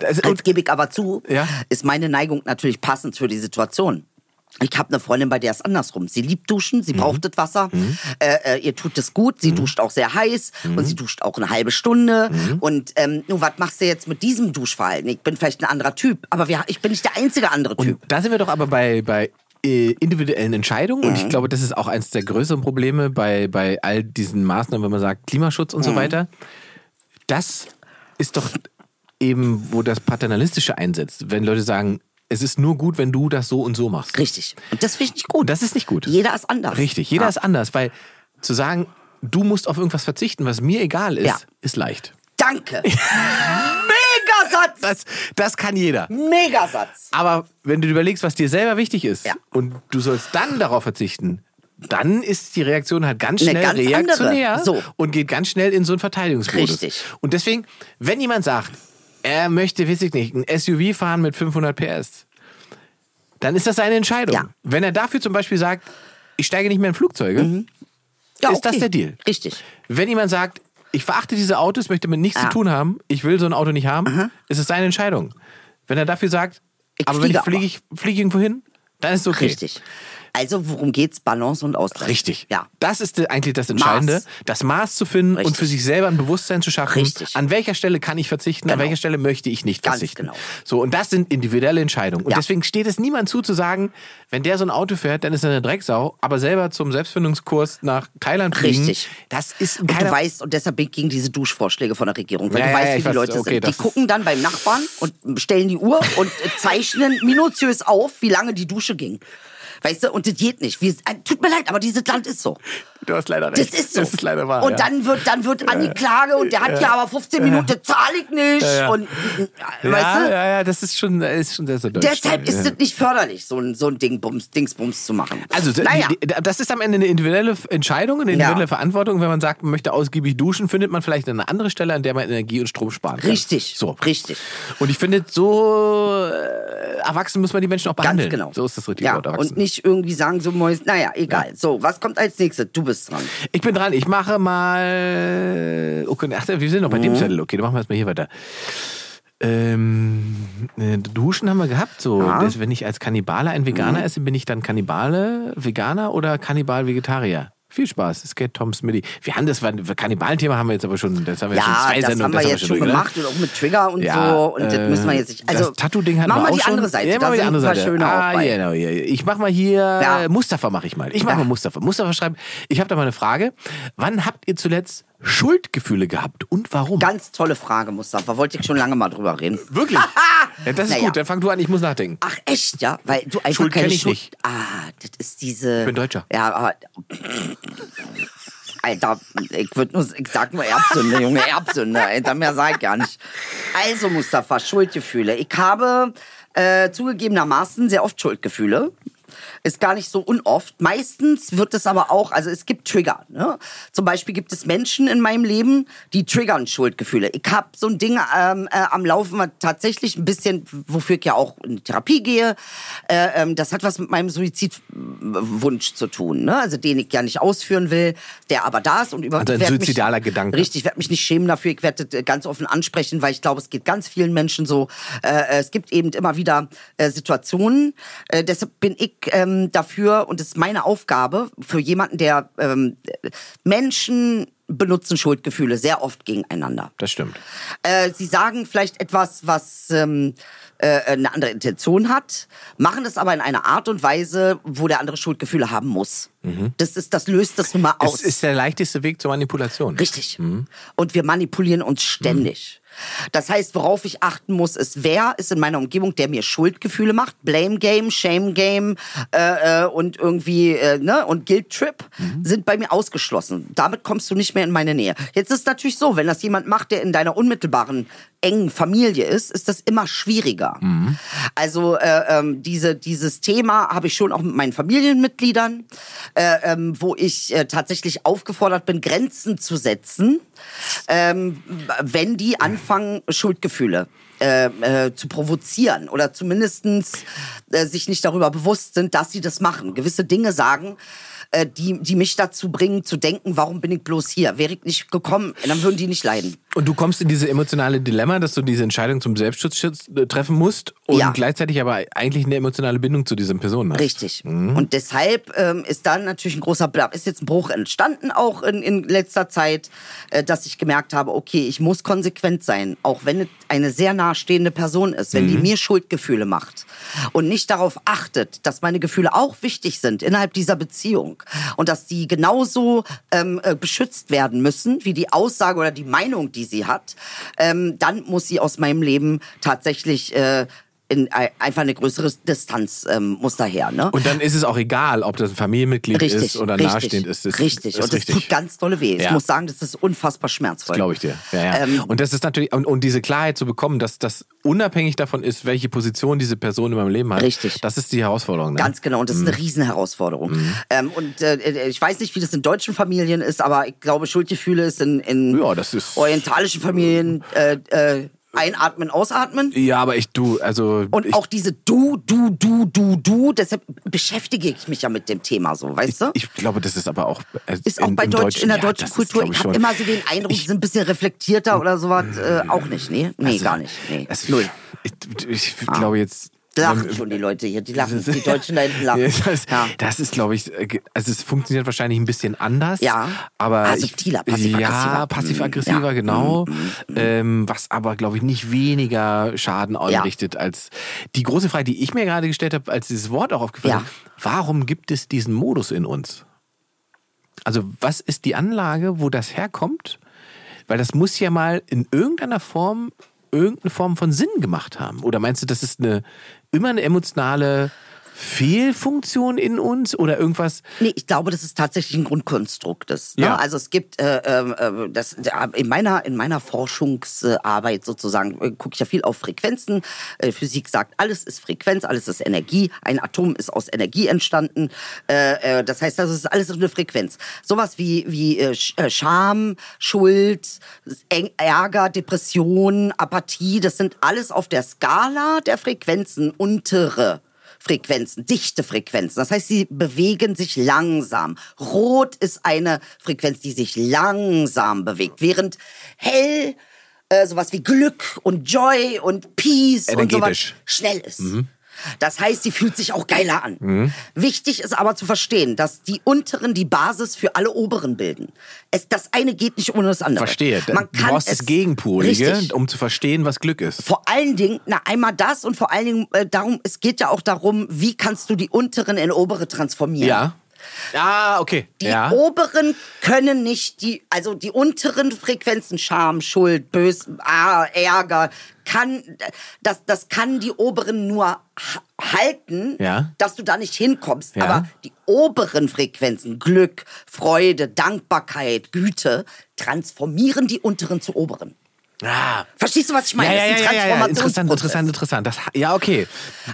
S2: Das,
S4: Als
S2: und,
S4: gebe ich aber zu,
S2: Ja.
S4: ist meine Neigung natürlich passend für die Situation. Ich habe eine Freundin, bei der ist andersrum. Sie liebt Duschen,
S2: Mhm.
S4: sie braucht das Wasser, äh, äh, ihr tut es gut, sie duscht auch sehr heiß
S2: Mhm.
S4: und sie duscht auch eine halbe Stunde. Und ähm, nun, was machst du jetzt mit diesem Duschverhalten? Ich bin vielleicht ein anderer Typ, aber wir, ich bin nicht der einzige andere Typ.
S2: und da sind wir doch aber bei, bei äh, individuellen Entscheidungen. Und
S4: Mhm.
S2: ich glaube, das ist auch eines der größeren Probleme bei, bei all diesen Maßnahmen, wenn man sagt Klimaschutz
S4: Mhm.
S2: und so weiter. Das ist doch eben, wo das Paternalistische einsetzt. Wenn Leute sagen, es ist nur gut, wenn du das so und so machst.
S4: Richtig. Und das finde ich nicht
S2: Oh,
S4: gut.
S2: das ist nicht gut.
S4: Jeder ist anders.
S2: Richtig, jeder
S4: Ja.
S2: ist anders, weil zu sagen, du musst auf irgendwas verzichten, was mir egal ist,
S4: Ja.
S2: ist leicht. [LAUGHS]
S4: Danke. Megasatz.
S2: Das, das kann jeder.
S4: Megasatz.
S2: Aber wenn du dir überlegst, was dir selber wichtig ist
S4: Ja.
S2: und du sollst dann darauf verzichten, dann ist die Reaktion halt ganz
S4: Eine
S2: schnell
S4: ganz andere.
S2: reaktionär
S4: So.
S2: und geht ganz schnell in so einen Verteidigungsmodus.
S4: Richtig.
S2: Und deswegen, wenn jemand sagt, er möchte, weiß ich nicht, ein SUV fahren mit 500 PS, dann ist das seine Entscheidung.
S4: Ja. Mhm.
S2: Wenn er dafür zum Beispiel sagt, ich steige nicht mehr in Flugzeuge,
S4: Ja,
S2: Ist das der Deal?
S4: Richtig.
S2: wenn jemand sagt, ich verachte diese Autos, möchte mit nichts
S4: Ja.
S2: zu tun haben, ich will so ein Auto nicht haben, ist es seine Entscheidung. Wenn er dafür sagt,
S4: Ich
S2: aber wenn ich
S4: fliege
S2: fliege, ich fliege irgendwo hin, dann ist es okay.
S4: Richtig. Also worum geht's? Balance und Ausgleich.
S2: Richtig.
S4: Ja.
S2: Das ist äh, eigentlich das Entscheidende,
S4: Maß.
S2: das Maß zu finden und
S4: Richtig.
S2: für sich selber ein Bewusstsein zu schaffen.
S4: Richtig.
S2: An welcher Stelle kann ich verzichten, an
S4: Genau.
S2: welcher Stelle möchte ich nicht
S4: Ganz
S2: verzichten.
S4: genau.
S2: So, und das sind individuelle Entscheidungen. Und
S4: Ja.
S2: deswegen steht es niemand zu, zu sagen, wenn der so ein Auto fährt, dann ist er eine Drecksau, aber selber zum Selbstfindungskurs nach Thailand fliegen.
S4: Richtig.
S2: Das ist
S4: Und
S2: keiner
S4: du weißt, und deshalb gegen diese Duschvorschläge von der Regierung, weil
S2: Ja,
S4: du
S2: ja,
S4: weißt,
S2: ja,
S4: wie
S2: ich
S4: die
S2: weiß,
S4: Leute
S2: okay,
S4: sind.
S2: das ist-
S4: Die gucken dann beim Nachbarn und stellen die Uhr
S2: [LAUGHS]
S4: und zeichnen minutiös auf, wie lange die Dusche ging. Weißt du, und das geht nicht. Wir, äh, tut mir leid, aber dieses Land ist so.
S2: Du hast leider
S4: Das
S2: recht.
S4: ist so.
S2: Das ist leider wahr.
S4: und
S2: ja.
S4: dann wird, dann wird an die Klage und der hat ja, aber 15 Minuten, das zahle ich nicht. Und, äh,
S2: Ja,
S4: weißt du?
S2: ja, ja, das ist schon, äh, ist schon sehr, sehr deutsch.
S4: Deshalb
S2: ja.
S4: ist es nicht förderlich, so ein, so ein Ding Bums, Dingsbums zu machen.
S2: Also, d-
S4: naja.
S2: die, das ist am Ende eine individuelle Entscheidung, eine individuelle
S4: Ja.
S2: Verantwortung. Wenn man sagt, man möchte ausgiebig duschen, findet man vielleicht eine andere Stelle, an der man Energie und Strom sparen kann.
S4: Richtig,
S2: So.
S4: richtig.
S2: Und ich finde, so äh, erwachsen muss man die Menschen auch
S4: Ganz
S2: behandeln.
S4: genau.
S2: So ist das richtige
S4: ja,
S2: Wort,
S4: Und
S2: erwachsen.
S4: nicht irgendwie sagen, so Mäus, naja, egal. So, was kommt als nächstes? Du bist dran.
S2: Ich bin dran. Ich oh
S4: Mhm.
S2: mache mal. Okay, ach, wir sind noch bei dem Zettel. Okay, dann machen wir erstmal hier weiter. Ähm, äh, Duschen haben wir gehabt. So,
S4: Ja. Mhm.
S2: das, wenn ich als Kannibale ein Veganer esse, bin ich dann Kannibale, Veganer oder Kannibal-Vegetarier? Viel Spaß, es geht Tom Smitty. Wir haben das, war- Kannibalen-Thema haben wir jetzt aber schon, das haben wir schon
S4: Ja,
S2: zwei
S4: das
S2: Sendungen.
S4: haben wir jetzt schon
S2: durch, oder?
S4: gemacht und auch mit Trigger und
S2: Ja,
S4: so. Und
S2: äh,
S4: das müssen wir jetzt nicht. Also,
S2: das Tattoo-Ding hatten
S4: mach
S2: wir
S4: mal
S2: auch
S4: die
S2: schon.
S4: andere Seite.
S2: Ja,
S4: da
S2: mach mal die
S4: sind
S2: andere
S4: ein paar
S2: Seite.
S4: schöne
S2: ah,
S4: auch bei.
S2: genau. ja, ja. Ich mach mal hier,
S4: Ja.
S2: äh, Mustafa mache ich mal. Ich mach
S4: Ja.
S2: mal Mustafa. Mustafa schreibt, ich habe da mal eine Frage. Wann habt ihr zuletzt Schuldgefühle gehabt und warum?
S4: Ganz tolle Frage, Mustafa. Wollte ich schon lange mal drüber reden.
S2: [LAUGHS] Wirklich? ja, das ist
S4: Naja.
S2: gut, dann fang du an, ich muss nachdenken.
S4: Ach echt, ja? Weil du einfach
S2: Schuld
S4: keine
S2: kenn ich
S4: Schuld.
S2: nicht.
S4: Ah, das ist diese. Ich
S2: bin Deutscher.
S4: Ja, aber. Alter, ich würde nur, ich sag nur Erbsünde, Junge, Erbsünde. Alter, mehr sag ich gar nicht. Also, Mustafa, Schuldgefühle. Ich habe äh, zugegebenermaßen sehr oft Schuldgefühle. Ist gar nicht so unoft. Meistens wird es aber auch, also es gibt Trigger. Ne? Zum Beispiel gibt es Menschen in meinem Leben, die triggern Schuldgefühle. Ich habe so ein Ding ähm, äh, am Laufen, was tatsächlich ein bisschen, wofür ich ja auch in Therapie gehe, äh, ähm, das hat was mit meinem Suizidwunsch zu tun. Ne? Also den ich ja nicht ausführen will, der aber da ist. Und über,
S2: Also ein
S4: ich werd mich-
S2: suizidaler Gedanke.
S4: Richtig, ich werde mich nicht schämen dafür. Ich werde das äh, ganz offen ansprechen, weil ich glaube, es geht ganz vielen Menschen so. Äh, es gibt eben immer wieder äh, Situationen. Äh, deshalb bin ich ähm, dafür und es ist meine Aufgabe für jemanden, der ähm, Menschen benutzen Schuldgefühle sehr oft gegeneinander.
S2: Das stimmt.
S4: Äh, sie sagen vielleicht etwas, was ähm, äh, eine andere Intention hat, machen das aber in einer Art und Weise, wo der andere Schuldgefühle haben muss. Das ist, das löst das nun mal aus.
S2: Mhm. Es ist der leichteste Weg zur Manipulation.
S4: Richtig. Und wir manipulieren uns ständig. Das heißt, worauf ich achten muss, ist, wer ist in meiner Umgebung, der mir Schuldgefühle macht, Blame Game, Shame Game äh, äh, und irgendwie äh, ne und Guilt Trip sind bei mir ausgeschlossen. Damit kommst du nicht mehr in meine Nähe. Jetzt ist natürlich so, wenn das jemand macht, der in deiner unmittelbaren engen Familie ist, ist das immer schwieriger. Also äh, ähm, diese, dieses Thema habe ich schon auch mit meinen Familienmitgliedern, äh, ähm, wo ich äh, tatsächlich aufgefordert bin, Grenzen zu setzen, ähm, wenn die anfangen, Schuldgefühle äh, äh, zu provozieren oder zumindestens äh, sich nicht darüber bewusst sind, dass sie das machen. Gewisse Dinge sagen, äh, die, die mich dazu bringen, zu denken, warum bin ich bloß hier? Wäre ich nicht gekommen, dann würden die nicht leiden.
S2: Und du kommst in diese emotionale Dilemma, dass du diese Entscheidung zum Selbstschutz schütz- äh, treffen musst und
S4: Ja.
S2: gleichzeitig aber eigentlich eine emotionale Bindung zu diesen Personen hast.
S4: Richtig. Und deshalb ähm, ist dann natürlich ein großer Bla- ist jetzt ein Bruch entstanden auch in, in letzter Zeit, äh, dass ich gemerkt habe, okay, ich muss konsequent sein, auch wenn es eine sehr nahestehende Person ist, wenn die mir Schuldgefühle macht und nicht darauf achtet, dass meine Gefühle auch wichtig sind innerhalb dieser Beziehung und dass die genauso ähm, äh, beschützt werden müssen wie die Aussage oder die Meinung, die sie hat, ähm, dann muss sie aus meinem Leben tatsächlich äh, in, ei- einfach eine größere Distanz ähm, muss daher. Ne?
S2: Und dann ist es auch egal, ob das ein Familienmitglied
S4: richtig,
S2: ist oder
S4: richtig,
S2: nahestehend ist. Das
S4: richtig.
S2: Ist
S4: und das
S2: richtig.
S4: tut ganz dolle weh. Ich
S2: Ja.
S4: muss sagen, das ist unfassbar schmerzvoll.
S2: Glaube ich dir. Ja, ja.
S4: Ähm,
S2: und das ist natürlich, und, und diese Klarheit zu bekommen, dass das unabhängig davon ist, welche Position diese Person in meinem Leben hat,
S4: Richtig.
S2: das ist die Herausforderung. Ne?
S4: Ganz genau, und das ist eine Riesenherausforderung.
S2: Mhm.
S4: Ähm, und äh, ich weiß nicht, wie das in deutschen Familien ist, aber ich glaube, Schuldgefühle ist in, in
S2: Ja, das ist-
S4: orientalischen Familien äh, äh, einatmen, ausatmen.
S2: ja, aber ich, du, also.
S4: Und
S2: ich,
S4: auch diese Du, Du, Du, Du, Du, deshalb beschäftige ich mich ja mit dem Thema so, weißt du?
S2: ich glaube, das ist aber auch. äh,
S4: ist auch bei
S2: im
S4: Deutsch, in der
S2: ja,
S4: deutschen
S2: das ist,
S4: Kultur,
S2: glaube
S4: ich habe
S2: schon-
S4: immer so den Eindruck, die sind ein bisschen reflektierter oder sowas. Äh, auch nicht, nee? Nee,
S2: Also,
S4: gar nicht. Nee.
S2: Es,
S4: Null. Ah.
S2: Ich, ich glaube jetzt.
S4: Lachen
S2: wenn-
S4: schon die Leute hier, die lachen, die Deutschen da hinten
S2: [LAUGHS]
S4: lachen.
S2: Ja, Das,
S4: Ja.
S2: das ist, glaube ich, äh, ge- also es funktioniert wahrscheinlich ein bisschen anders.
S4: Ja.
S2: Aber
S4: Ah,
S2: ich-
S4: subtiler, passiv-aggressiver.
S2: Ja, passiv-aggressiver,
S4: Mm, ja. mhm.
S2: genau. Ähm, was aber, glaube ich, nicht weniger Schaden anrichtet als die große Frage, die ich mir gerade gestellt habe, als dieses Wort auch aufgefallen
S4: Ja.
S2: ist. Warum gibt es diesen Modus in uns? Also was ist die Anlage, wo das herkommt? Weil das muss ja mal in irgendeiner Form irgendeine Form von Sinn gemacht haben. Oder meinst du, das ist eine immer eine emotionale Fehlfunktion in uns oder irgendwas?
S4: Nee, ich glaube, das ist tatsächlich ein Grundkonstrukt. Das, ne?
S2: Ja.
S4: Also es gibt äh, ähm, äh, das in meiner in meiner Forschungsarbeit sozusagen äh, gucke ich ja viel auf Frequenzen. Äh, Physik sagt, alles ist Frequenz, alles ist Energie. Ein Atom ist aus Energie entstanden. Äh, äh, das heißt, das ist alles eine Frequenz. Sowas wie wie äh, Sch- äh, Scham, Schuld, Eng- Ärger, Depression, Apathie. Das sind alles auf der Skala der Frequenzen untere. Frequenzen, dichte Frequenzen. Das heißt, sie bewegen sich langsam. Rot ist eine Frequenz, die sich langsam bewegt, während hell äh, sowas wie Glück und Joy und Peace und sowas
S2: Energetisch. Mhm.
S4: schnell ist. Das heißt, sie fühlt sich auch geiler an. Wichtig ist aber zu verstehen, dass die unteren die Basis für alle oberen bilden. Es, das eine geht nicht ohne das andere.
S2: Verstehe.
S4: Man
S2: du
S4: kann
S2: brauchst
S4: es
S2: das Gegenpolige,
S4: Richtig.
S2: um zu verstehen, was Glück ist.
S4: Vor allen Dingen, na einmal das und vor allen Dingen äh, darum, es geht ja auch darum, wie kannst du die unteren in obere transformieren.
S2: Ja. Ah, okay.
S4: Die
S2: ja.
S4: oberen können nicht die, also die unteren Frequenzen, Scham, Schuld, Bös, ah, Ärger, kann, das, das kann die oberen nur ha- halten,
S2: Ja.
S4: dass du da nicht hinkommst.
S2: Ja.
S4: Aber die oberen Frequenzen, Glück, Freude, Dankbarkeit, Güte, transformieren die unteren zu oberen.
S2: Ah.
S4: Verstehst du, was ich
S2: Ja,
S4: meine?
S2: ja,
S4: Das
S2: ja,
S4: ist ein
S2: ja, ja, ja. Interessant,
S4: Transformationsprozess.
S2: interessant, interessant. Das, ja, okay.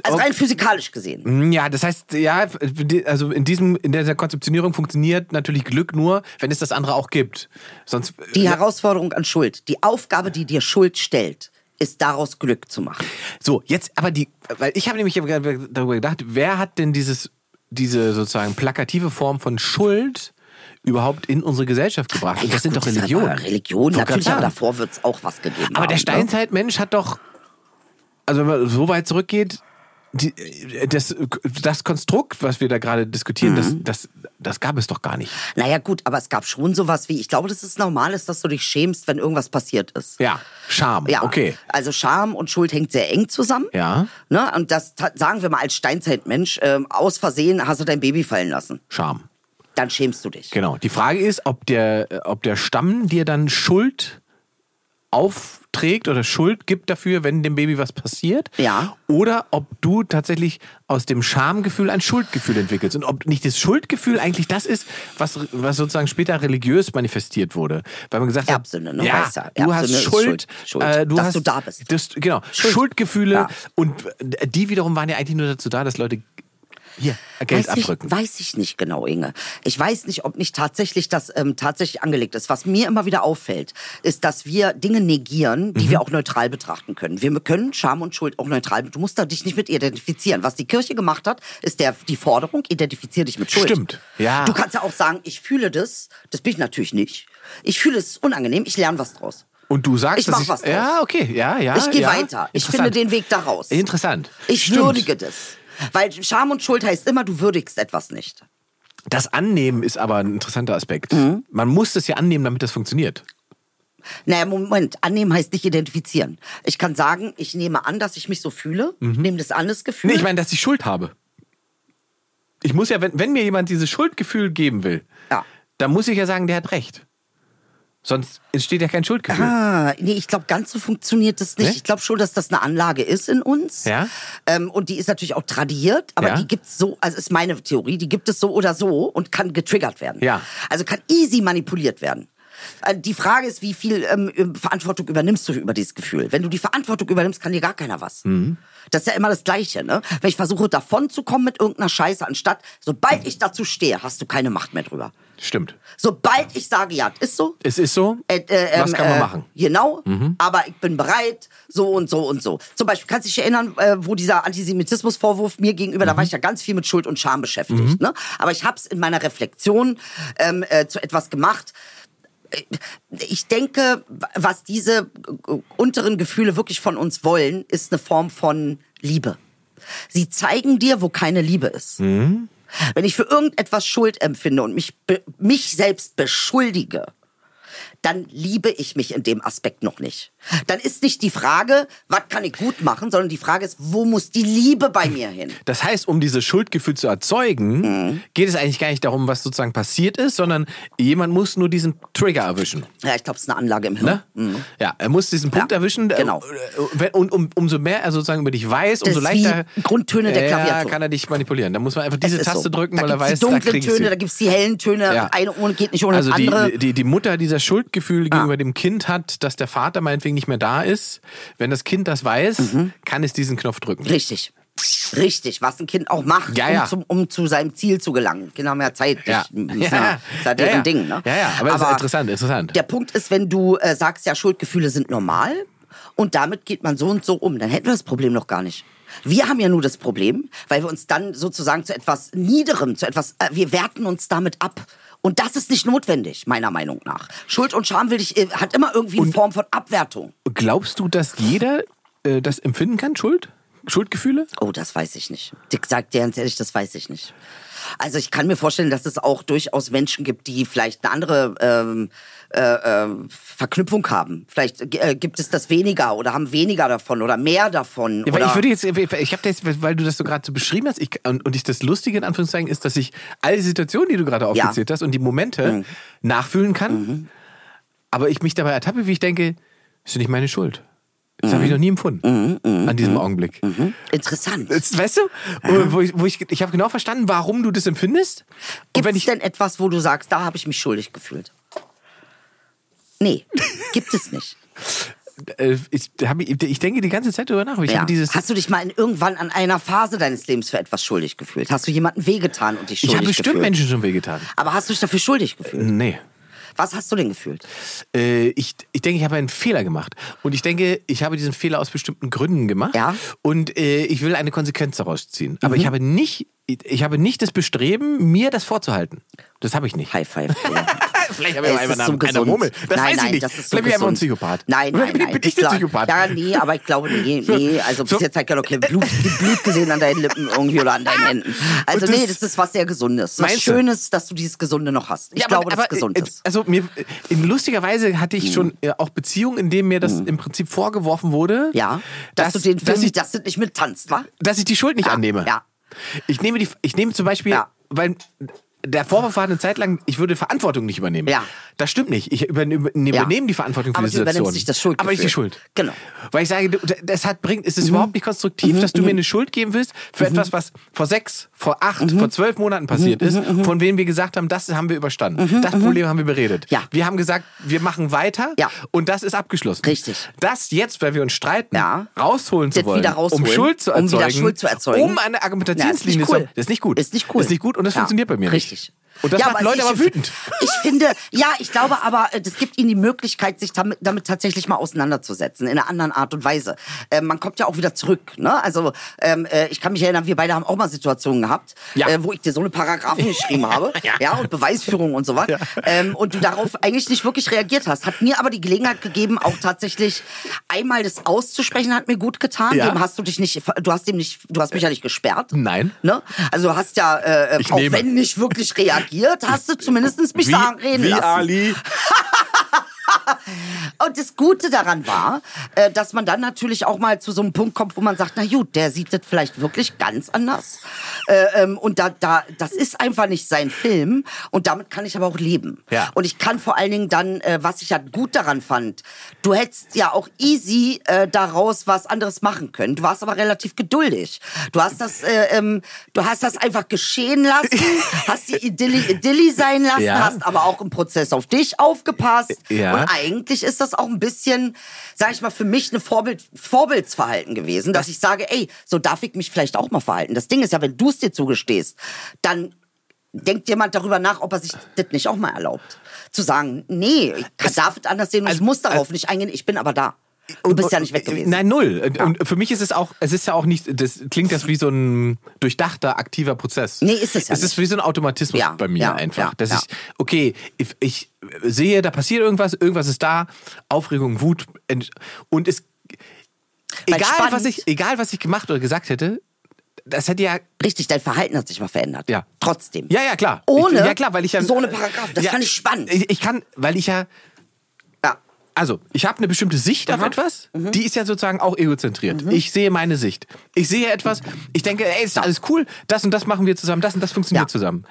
S4: Also
S2: okay.
S4: rein physikalisch gesehen.
S2: Mm, Ja, das heißt, ja, die- also in diesem, in dieser Konzeptionierung funktioniert natürlich Glück nur, wenn es das andere auch gibt. Sonst. äh, ne?
S4: Die Herausforderung an Schuld, die Aufgabe, die dir Schuld stellt, ist daraus Glück zu machen.
S2: So, jetzt aber die, weil ich habe nämlich darüber gedacht, wer hat denn dieses, diese sozusagen plakative Form von Schuld überhaupt in unsere Gesellschaft gebrabracht? Und das sind doch
S4: ist
S2: Religionen.
S4: aber Religion,
S2: Wollte
S4: natürlich,
S2: gerade
S4: aber
S2: sagen.
S4: davor wird es auch was gegeben.
S2: Aber der
S4: haben, ne?
S2: Steinzeitmensch hat doch, also wenn man so weit zurückgeht, die, äh, das, das Konstrukt, was wir da gerade diskutieren,
S4: Mhm.
S2: das, das, das gab es doch gar nicht.
S4: Naja, gut, aber es gab schon sowas wie, ich glaube, das ist normal, ist, dass du dich schämst, wenn irgendwas passiert ist.
S2: Ja, Scham.
S4: Ja,
S2: Okay.
S4: Also Scham und Schuld hängt sehr eng zusammen.
S2: Ja.
S4: Ne? Und das ta- sagen wir mal als Steinzeitmensch, ähm, aus Versehen hast du dein Baby fallen lassen.
S2: Scham.
S4: Dann schämst du dich.
S2: Genau. Die Frage ist, ob der, äh, ob der Stamm dir dann Schuld aufträgt oder Schuld gibt dafür, wenn dem Baby was passiert.
S4: Ja.
S2: Oder ob du tatsächlich aus dem Schamgefühl ein Schuldgefühl entwickelst. Und ob nicht das Schuldgefühl eigentlich das ist, was, was sozusagen später religiös manifestiert wurde. Weil man gesagt
S4: Erbsünde,
S2: hat,
S4: ne?
S2: ja,
S4: Weißt du,
S2: du
S4: Erbsünde
S2: hast
S4: ist
S2: Schuld,
S4: Schuld. Schuld.
S2: äh, du
S4: Dass
S2: hast,
S4: du da bist.
S2: Das, genau,
S4: Schuld.
S2: Schuldgefühle.
S4: Ja.
S2: Und die wiederum waren ja eigentlich nur dazu da, dass Leute hier Geld
S4: weiß
S2: abdrücken.
S4: Ich, weiß ich nicht genau, Inge. Ich weiß nicht, ob nicht tatsächlich das ähm, tatsächlich angelegt ist. Was mir immer wieder auffällt, ist, dass wir Dinge negieren, die
S2: Mhm.
S4: wir auch neutral betrachten können. Wir können Scham und Schuld auch neutral. Du musst da dich nicht mit identifizieren. Was die Kirche gemacht hat, ist der, die Forderung, identifizier dich mit Schuld.
S2: Stimmt, ja.
S4: Du kannst ja auch sagen, ich fühle das. Das bin ich natürlich nicht. Ich fühle es unangenehm. Ich lerne was draus.
S2: Und du sagst,
S4: Ich mach
S2: dass
S4: was draus.
S2: Ja, okay, ja, ja.
S4: Ich gehe
S2: Ah, ja.
S4: weiter. Ich
S2: Interessant.
S4: finde den Weg da raus.
S2: Interessant.
S4: Ich
S2: Stimmt.
S4: würdige das. Weil Scham und Schuld heißt immer, du würdigst etwas nicht.
S2: Das Annehmen ist aber ein interessanter Aspekt.
S4: Mhm.
S2: Man muss das ja annehmen, damit das funktioniert.
S4: Naja, Moment, annehmen heißt nicht identifizieren. Ich kann sagen, ich nehme an, dass ich mich so fühle, nehme das an, das Gefühl.
S2: Mhm. Nee, ich meine, dass ich Schuld habe. Ich muss ja, wenn, wenn mir jemand dieses Schuldgefühl geben will,
S4: Ja.
S2: dann muss ich ja sagen, der hat recht. Sonst entsteht ja kein Schuldgefühl.
S4: Ah, nee, ich glaube, ganz so funktioniert das nicht.
S2: Nee?
S4: Ich glaube schon, dass das eine Anlage ist in uns.
S2: Ja.
S4: Ähm, und die ist natürlich auch tradiert, aber
S2: Ja.
S4: die gibt es so, also ist meine Theorie, die gibt es so oder so und kann getriggert werden.
S2: Ja.
S4: Also kann easy manipuliert werden. Äh, Die Frage ist, wie viel ähm, Verantwortung übernimmst du über dieses Gefühl? Wenn du die Verantwortung übernimmst, kann dir gar keiner was.
S2: Mhm.
S4: Das ist ja immer das Gleiche, ne? Wenn ich versuche, davon zu kommen mit irgendeiner Scheiße, anstatt, sobald ich dazu stehe, hast du keine Macht mehr drüber.
S2: Stimmt.
S4: Sobald ich sage, ja, ist so,
S2: Es ist so.
S4: äh, äh,
S2: was
S4: ähm,
S2: kann man
S4: äh,
S2: machen? Mhm.
S4: Genau, aber ich bin bereit, so und so und so. Zum Beispiel, kannst du dich erinnern, äh, wo dieser Antisemitismusvorwurf mir gegenüber,
S2: Mhm.
S4: da war ich ja ganz viel mit Schuld und Scham beschäftigt. Ne? Aber ich habe es in meiner Reflexion ähm, äh, zu etwas gemacht. Äh, Ich denke, was diese äh, unteren Gefühle wirklich von uns wollen, ist eine Form von Liebe. Sie zeigen dir, wo keine Liebe ist.
S2: Mhm.
S4: Wenn ich für irgendetwas Schuld empfinde und mich, be- mich selbst beschuldige, dann liebe ich mich in dem Aspekt noch nicht. Dann ist nicht die Frage, was kann ich gut machen, sondern die Frage ist, wo muss die Liebe bei mir hin?
S2: Das heißt, um dieses Schuldgefühl zu erzeugen,
S4: Mhm.
S2: geht es eigentlich gar nicht darum, was sozusagen passiert ist, sondern jemand muss nur diesen Trigger erwischen.
S4: Ja, ich glaube, es ist eine Anlage im Hirn. Mhm.
S2: Ne? Ja, er muss diesen Punkt
S4: Ja,
S2: erwischen. äh,
S4: genau.
S2: äh, Und um, umso mehr er sozusagen über dich weiß,
S4: Das
S2: umso
S4: ist wie
S2: leichter
S4: Grundtöne der
S2: ja,
S4: Klaviatur.
S2: kann er dich manipulieren. Da muss man einfach diese
S4: Es ist
S2: Taste
S4: so.
S2: drücken,
S4: da
S2: weil er
S4: gibt's
S2: weiß,
S4: die
S2: da
S4: dunklen
S2: kriegst
S4: Töne, da
S2: du.
S4: gibt es die hellen Töne,
S2: Ja.
S4: eine ohne geht nicht ohne
S2: Also
S4: das
S2: die,
S4: andere. Ah.
S2: die, die Mutter dieser Schuldgefühle gegenüber dem Kind hat, dass der Vater meinetwegen nicht mehr da ist. Wenn das Kind das weiß,
S4: Mhm.
S2: kann es diesen Knopf drücken.
S4: Richtig. Richtig, was ein Kind auch macht,
S2: Ja,
S4: um,
S2: ja.
S4: Zum, um zu seinem Ziel zu gelangen. Kinder haben ja Zeit. die
S2: [LAUGHS] Ja.
S4: müssen
S2: Ja, ja.
S4: ja. Das ist ja deren
S2: Ja, ja.
S4: Ding. Ne?
S2: Ja, ja, aber das ist interessant, interessant.
S4: Der Punkt ist, wenn du äh, sagst, ja, Schuldgefühle sind normal und damit geht man so und so um, dann hätten wir das Problem noch gar nicht. Wir haben ja nur das Problem, weil wir uns dann sozusagen zu etwas Niederem, zu etwas, äh, wir werten uns damit ab. Und das ist nicht notwendig, meiner Meinung nach. Schuld und Scham will ich, äh, hat immer irgendwie eine Form von Abwertung.
S2: Glaubst du, dass jeder äh, das empfinden kann, Schuld? Schuldgefühle?
S4: Oh, das weiß ich nicht. Dick sagt dir ganz ehrlich, das weiß ich nicht. Also ich kann mir vorstellen, dass es auch durchaus Menschen gibt, die vielleicht eine andere ähm, äh, ähm, Verknüpfung haben. Vielleicht äh, gibt es das weniger oder haben weniger davon oder mehr davon.
S2: Ja, weil
S4: oder
S2: ich würde jetzt, ich habe jetzt, weil du das so gerade so beschrieben hast, ich, und, und ich das Lustige in Anführungszeichen ist, dass ich alle Situationen, die du gerade aufgezählt hast und die Momente
S4: Mhm.
S2: nachfühlen kann, aber ich mich dabei ertappe, wie ich denke, ist ja nicht meine Schuld. Das
S4: Mhm.
S2: habe ich noch nie empfunden an diesem Augenblick.
S4: Interessant.
S2: Jetzt, weißt du, wo- wo ich, wo ich, ich habe genau verstanden, warum du das empfindest. Und wenn
S4: Gibt es
S2: ich,
S4: denn etwas, wo du sagst, da habe ich mich schuldig gefühlt?
S2: [LAUGHS]
S4: Nee, gibt es nicht.
S2: äh, ich, hab, ich denke die ganze Zeit darüber nach. aber Ich
S4: Ja.
S2: habe dieses,
S4: Hast du dich mal in, irgendwann an einer Phase deines Lebens für etwas schuldig gefühlt? Hast du jemandem wehgetan und dich
S2: ich
S4: schuldig
S2: habe bestimmt
S4: gefühlt?
S2: Menschen schon wehgetan.
S4: Aber hast du dich dafür schuldig gefühlt?
S2: Nee.
S4: Was hast du denn gefühlt?
S2: Äh, ich, ich denke, ich habe einen Fehler gemacht. Und ich denke, ich habe diesen Fehler aus bestimmten Gründen gemacht.
S4: Ja. Mhm.
S2: Und äh, ich will eine Konsequenz daraus ziehen. Aber ich habe nicht, ich, ich habe nicht das Bestreben, mir das vorzuhalten. Das habe ich nicht.
S4: High five. Ja.
S2: [LAUGHS] Vielleicht habe
S4: Es
S2: ich
S4: ist
S2: auch einfach
S4: so
S2: einen, einer
S4: gesund.
S2: Mummel. Das
S4: nein,
S2: weiß
S4: nein,
S2: ich nicht.
S4: Das ist so
S2: Vielleicht bin ich einfach ein
S4: gesund.
S2: Psychopath.
S4: Nein, nein,
S2: Vielleicht
S4: nein.
S2: Bin ich der
S4: glaub-
S2: Psychopath?
S4: Ja, nee, aber ich glaube, nee, nee. Also bis
S2: So.
S4: jetzt hat ja noch kein Blut, Blut gesehen an deinen Lippen irgendwie oder an deinen Händen. Also
S2: Und das-
S4: nee, das ist was sehr Gesundes. Was
S2: Meinst du?
S4: Schönes, dass du dieses Gesunde noch hast. Ich
S2: Ja,
S4: glaube,
S2: aber,
S4: dass es gesund Mhm.
S2: äh,
S4: ist.
S2: Also mir, in lustigerweise hatte ich schon äh, auch Beziehungen, in denen mir das im Prinzip vorgeworfen wurde,
S4: Mhm. Ja, dass,
S2: dass,
S4: du den Film,
S2: dass, ich,
S4: dass du nicht mittanzt, wa?
S2: dass ich die Schuld nicht
S4: Ja,
S2: annehme.
S4: ja.
S2: Ich nehme die, ich nehme zum Beispiel,
S4: Ja.
S2: weil der Vorwurf war eine Zeit lang, ich würde Verantwortung nicht übernehmen.
S4: Ja.
S2: Das stimmt nicht. Ich übernehme,
S4: Ja.
S2: übernehme die Verantwortung für
S4: Aber
S2: die
S4: du übernimmst
S2: Situation.
S4: nicht das Schuldgefühl.
S2: Aber nicht die Schuld.
S4: Genau. Mhm.
S2: Weil ich sage, du- das hat bringt, es ist überhaupt nicht konstruktiv, dass du mir eine Schuld geben willst für etwas, was vor sechs, vor acht,
S4: Mhm.
S2: vor zwölf Monaten passiert ist, von wem wir gesagt haben, das haben wir überstanden. Das Problem haben wir beredet.
S4: Mhm. Ja.
S2: Wir haben gesagt, wir machen weiter
S4: Ja.
S2: und das ist abgeschlossen.
S4: Richtig.
S2: Das jetzt, weil wir uns streiten,
S4: Ja.
S2: rausholen zu
S4: Das
S2: wollen,
S4: wieder rausholen,
S2: um Schuld zu
S4: um
S2: erzeugen,
S4: wieder Schuld zu erzeugen.
S2: um eine Argumentationslinie
S4: Ja, ist nicht cool.
S2: zu- Das ist nicht gut.
S4: Ist nicht cool.
S2: Ist nicht gut und das
S4: Ja.
S2: funktioniert bei mir
S4: Richtig.
S2: nicht. Und das
S4: Ja,
S2: macht Leute
S4: ich-
S2: aber wütend.
S4: Ich finde, ja, ich glaube aber, äh, das gibt ihnen die Möglichkeit, sich damit, damit tatsächlich mal auseinanderzusetzen, in einer anderen Art und Weise. Äh, man kommt ja auch wieder zurück. Ne? Also ähm, äh, ich kann mich erinnern, wir beide haben auch mal Situationen gehabt,
S2: Ja.
S4: äh, wo ich dir so eine
S2: [LAUGHS]
S4: Paragraphen geschrieben habe ja. und Beweisführung und sowas. Ähm, und du darauf eigentlich nicht wirklich reagiert hast. Hat mir aber die Gelegenheit gegeben, auch tatsächlich einmal das auszusprechen, hat mir gut getan.
S2: Ja.
S4: Dem hast du dich nicht, du hast dem nicht, du hast mich ja nicht gesperrt.
S2: Nein.
S4: Ne? Also du hast ja, äh,
S2: Ich
S4: auch
S2: nehme.
S4: wenn nicht wirklich reagiert, hast du zumindest mich sagen, reden
S2: wie
S4: lassen.
S2: Ali.
S4: Und das Gute daran war, äh, dass man dann natürlich auch mal zu so einem Punkt kommt, wo man sagt, na gut, der sieht das vielleicht wirklich ganz anders. Äh, ähm, und da, da, das ist einfach nicht sein Film. Und damit kann ich aber auch leben.
S2: Ja.
S4: Und ich kann vor allen Dingen dann, äh, was ich ja gut daran fand, du hättest ja auch easy äh, daraus was anderes machen können. Du warst aber relativ geduldig. Du hast das, äh, ähm, du hast das einfach
S2: [LAUGHS]
S4: geschehen lassen, hast die Idilli, Idilli sein lassen,
S2: Ja.
S4: hast aber auch im Prozess auf dich aufgepasst.
S2: Ja.
S4: Und eigentlich ist das auch ein bisschen, sag ich mal, für mich ein Vorbild, Vorbildsverhalten gewesen, dass ich sage, ey, so darf ich mich vielleicht auch mal verhalten. Das Ding ist ja, wenn du es dir zugestehst, dann denkt jemand darüber nach, ob er sich das nicht auch mal erlaubt. Zu sagen, nee, ich kann, darf es anders sehen und
S2: Also,
S4: ich muss darauf nicht eingehen, ich bin aber da. Du bist ja nicht weg gewesen.
S2: äh, Nein, null. Und, und für mich ist es auch, es ist ja auch nicht, das klingt das wie so ein durchdachter, aktiver Prozess.
S4: Nee, ist es ja
S2: Es ist
S4: nicht.
S2: wie so ein Automatismus
S4: Ja,
S2: bei mir
S4: ja,
S2: einfach.
S4: ja,
S2: dass
S4: ja.
S2: ich, okay, ich, ich sehe, da passiert irgendwas, irgendwas ist da, Aufregung, Wut ent- und es,
S4: Weil
S2: egal
S4: spannend-
S2: was ich, egal was ich gemacht oder gesagt hätte, das hätte ja
S4: Richtig, dein Verhalten hat sich mal verändert.
S2: Ja.
S4: Trotzdem.
S2: Ja, ja, klar.
S4: Ohne
S2: ich, ja, klar, weil ich ja,
S4: so eine Paragraph. Das fand ich spannend.
S2: Ich, ich kann, weil ich ja,
S4: Ja.
S2: also ich habe eine bestimmte Sicht auf etwas,
S4: Mhm.
S2: die ist ja sozusagen auch egozentriert. Ich sehe meine Sicht. Ich sehe etwas, ich denke, ey, ist alles cool, das und das machen wir zusammen, das und das funktioniert
S4: Ja.
S2: zusammen.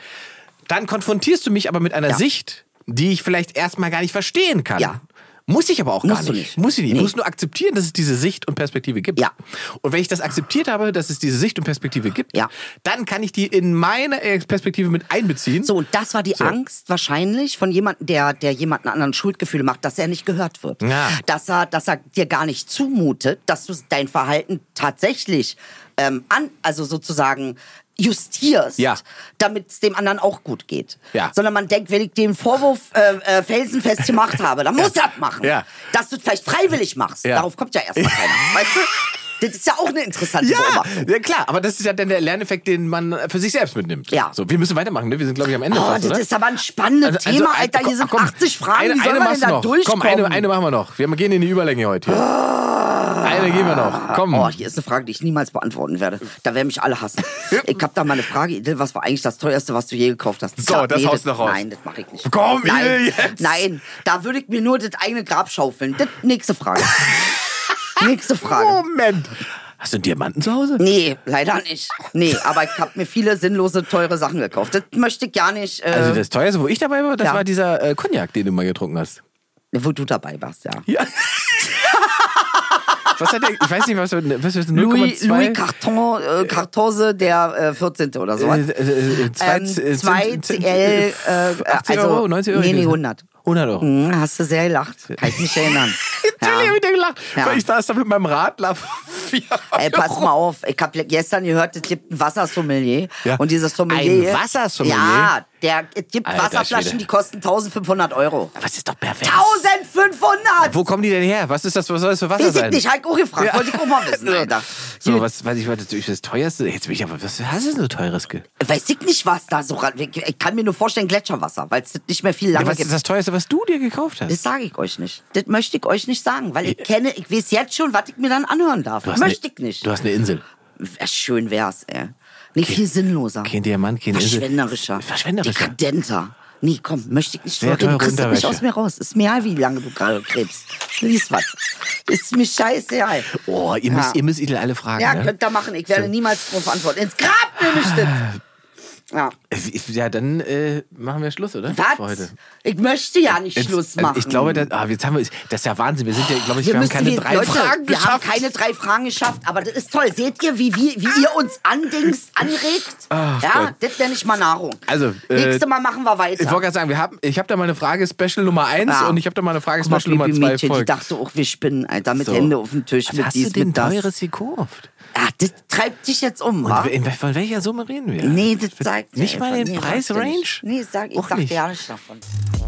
S2: Dann konfrontierst du mich aber mit einer
S4: Ja.
S2: Sicht, die ich vielleicht erstmal gar nicht verstehen kann.
S4: Ja.
S2: Muss ich aber auch gar
S4: Musst du
S2: nicht.
S4: nicht.
S2: Muss ich nicht.
S4: Nee.
S2: Ich muss nur akzeptieren, dass es diese Sicht und Perspektive gibt.
S4: Ja.
S2: Und wenn ich das akzeptiert habe, dass es diese Sicht und Perspektive gibt,
S4: Ja.
S2: dann kann ich die in meine äh, Perspektive mit einbeziehen.
S4: So, und das war die Angst wahrscheinlich von jemandem, der, der jemanden anderen Schuldgefühle macht, dass er nicht gehört wird.
S2: Ja.
S4: Dass, er, dass er dir gar nicht zumutet, dass du dein Verhalten tatsächlich ähm, an, also sozusagen justierst,
S2: Ja.
S4: damit es dem anderen auch gut geht.
S2: Ja.
S4: Sondern man denkt, wenn ich den Vorwurf äh, äh, felsenfest gemacht habe, dann muss er das machen.
S2: Ja.
S4: Dass du es vielleicht freiwillig machst.
S2: Ja. [LAUGHS]
S4: Darauf kommt ja erstmal keiner. Weißt du? Das ist ja auch eine interessante
S2: Ja,
S4: Beobachtung.
S2: ja, klar, aber das ist ja dann der Lerneffekt, den man für sich selbst mitnimmt.
S4: Ja.
S2: So, wir müssen weitermachen, ne? Wir sind, glaube ich, am Ende
S4: Oh,
S2: fast,
S4: das
S2: oder?
S4: ist aber ein spannendes
S2: Also- also
S4: Thema,
S2: ein-
S4: Alter. Hier
S2: komm,
S4: sind
S2: komm,
S4: 80 Fragen,
S2: Eine,
S4: wie soll
S2: eine
S4: man
S2: machst
S4: denn
S2: du
S4: da
S2: noch.
S4: durchkommen? Ah.
S2: Komm, eine, eine machen wir noch. Wir gehen in die Überlänge heute hier. Eine gehen wir noch. Komm.
S4: Oh, hier ist eine Frage, die ich niemals beantworten werde. Da werden mich
S2: [LAUGHS]
S4: alle hassen. Ich habe da mal eine Frage, Idil, was war eigentlich das teuerste, was du je gekauft hast?
S2: So, das haust du noch raus.
S4: Nein, das mache ich nicht.
S2: Komm,
S4: nein,
S2: Idil, jetzt!
S4: Nein, da würde ich mir nur das eigene Grab schaufeln. Das,
S2: [LAUGHS]
S4: nächste Frage. nächste Frage.
S2: Moment. Hast du einen Diamanten zu Hause?
S4: Nee, leider nicht. Nee, aber ich habe mir viele sinnlose, teure Sachen gekauft. Das möchte ich gar nicht, äh,
S2: Also das teuerste, wo ich dabei war, das
S4: Ja.
S2: war dieser äh, Cognac, den du mal getrunken hast.
S4: wo du dabei warst, ja. [LAUGHS]
S2: Ja. was hat der, ich weiß nicht, was, was ist 0,2?
S4: Louis, Louis Carton, äh, Cartose, der äh, 14. oder so.
S2: Äh, äh, äh, zwei
S4: Ähm,
S2: Z- äh,
S4: zwei
S2: Zin- Zin-
S4: CL, äh,
S2: 80
S4: also-
S2: Euro, 90 Euro?
S4: Nee, nee, 100.
S2: 100 Euro. [LAUGHS]
S4: Hm, hast du sehr gelacht. Kann ich mich erinnern.
S2: Natürlich hab ich da gelacht.
S4: Ja.
S2: Weil ich saß da mit meinem Radler. [LAUGHS]
S4: Ey, pass mal auf. Ich habe gestern gehört, es gibt ein Wassersommelier.
S2: Ja.
S4: Und dieses Sommelier.
S2: Ein Wassersommelier?
S4: Ja, der, es gibt
S2: Alter
S4: Wasserflaschen,
S2: Schwede.
S4: die kosten 1500 Euro.
S2: Was ist doch perfekt.
S4: 1500!
S2: Wo kommen die denn her? Was ist das? Was soll das für Wasser
S4: Weiß ich
S2: sein?
S4: nicht, hab ich auch gefragt. Wollte ich
S2: [LAUGHS]
S4: auch mal wissen, Alter.
S2: So, was weiß ich, war natürlich das teuerste. Jetzt bin ich aber, was hast du denn so teures? ge-
S4: Weiß ich nicht, was da so ran. Ich ich kann mir nur vorstellen, Gletscherwasser, weil es nicht mehr viel
S2: Ja,
S4: lange
S2: was
S4: gibt.
S2: ist das teuerste, was du dir gekauft hast?
S4: Das sage ich euch nicht. Das möchte ich euch nicht sagen, weil ich kenne, ich weiß jetzt schon, was ich mir dann anhören darf.
S2: Du hast
S4: Möchte
S2: eine,
S4: ich nicht.
S2: Du hast eine Insel.
S4: Wär schön wär's, ey. Nicht viel sinnloser.
S2: Kein Diamant, kein Insel.
S4: Verschwenderischer.
S2: Verschwenderischer.
S4: Dekadenter. Nee, komm, möchte ich nicht.
S2: Sehr
S4: Sehr du
S2: teure
S4: kriegst das nicht
S2: Unterwäsche.
S4: aus mir raus. Ist mir egal, wie lange du gerade krebst. Lies was. Ist mir scheißegal.
S2: Oh, ihr müsst,
S4: Ja.
S2: ihr müsst Idel alle fragen.
S4: Ja,
S2: ne?
S4: könnt ihr machen. Ich werde niemals darauf antworten. Ins Grab nehme ich das.
S2: Ah.
S4: Ja.
S2: Ja, dann äh, machen wir Schluss, oder? Für heute.
S4: Was? ähm, Ich möchte ja nicht
S2: Jetzt,
S4: Schluss
S2: äh,
S4: machen.
S2: Ich glaube, das, ah, jetzt haben wir, das ist ja Wahnsinn. Wir sind ja, glaube ich, wir, haben
S4: müssen-
S2: keine drei
S4: Leute,
S2: Fragen
S4: Wir haben
S2: geschafft.
S4: keine drei Fragen geschafft, aber das ist toll. Seht ihr, wie, wir, wie ihr uns andingst, anregt?
S2: Ach
S4: ja,
S2: Gott.
S4: das nenne ich mal Nahrung.
S2: Also, äh,
S4: Nächstes Mal machen wir
S2: Ich wollte
S4: weiter.
S2: gerade sagen, wir haben, ich habe da mal eine Frage Special Nummer 1
S4: Ja.
S2: und ich habe da mal eine Frage
S4: Ah. Guck mal,
S2: Special Nummer 2
S4: Babymädchen, die
S2: folgt.
S4: dachte auch, wir spinnen, Alter, mit
S2: So.
S4: Hände auf dem Tisch,
S2: Was
S4: mit
S2: hast
S4: dies,
S2: du denn
S4: mit das.
S2: teures gekauft?
S4: Ach, das treibt dich jetzt um,
S2: Und
S4: wa?
S2: in, von welcher Summe reden wir?
S4: Nee, das zeigt
S2: Nicht mal den
S4: nee,
S2: Preisrange?
S4: sagt er nicht. Nee, sag, ich
S2: Auch
S4: sag dir
S2: nicht.
S4: ja nicht davon.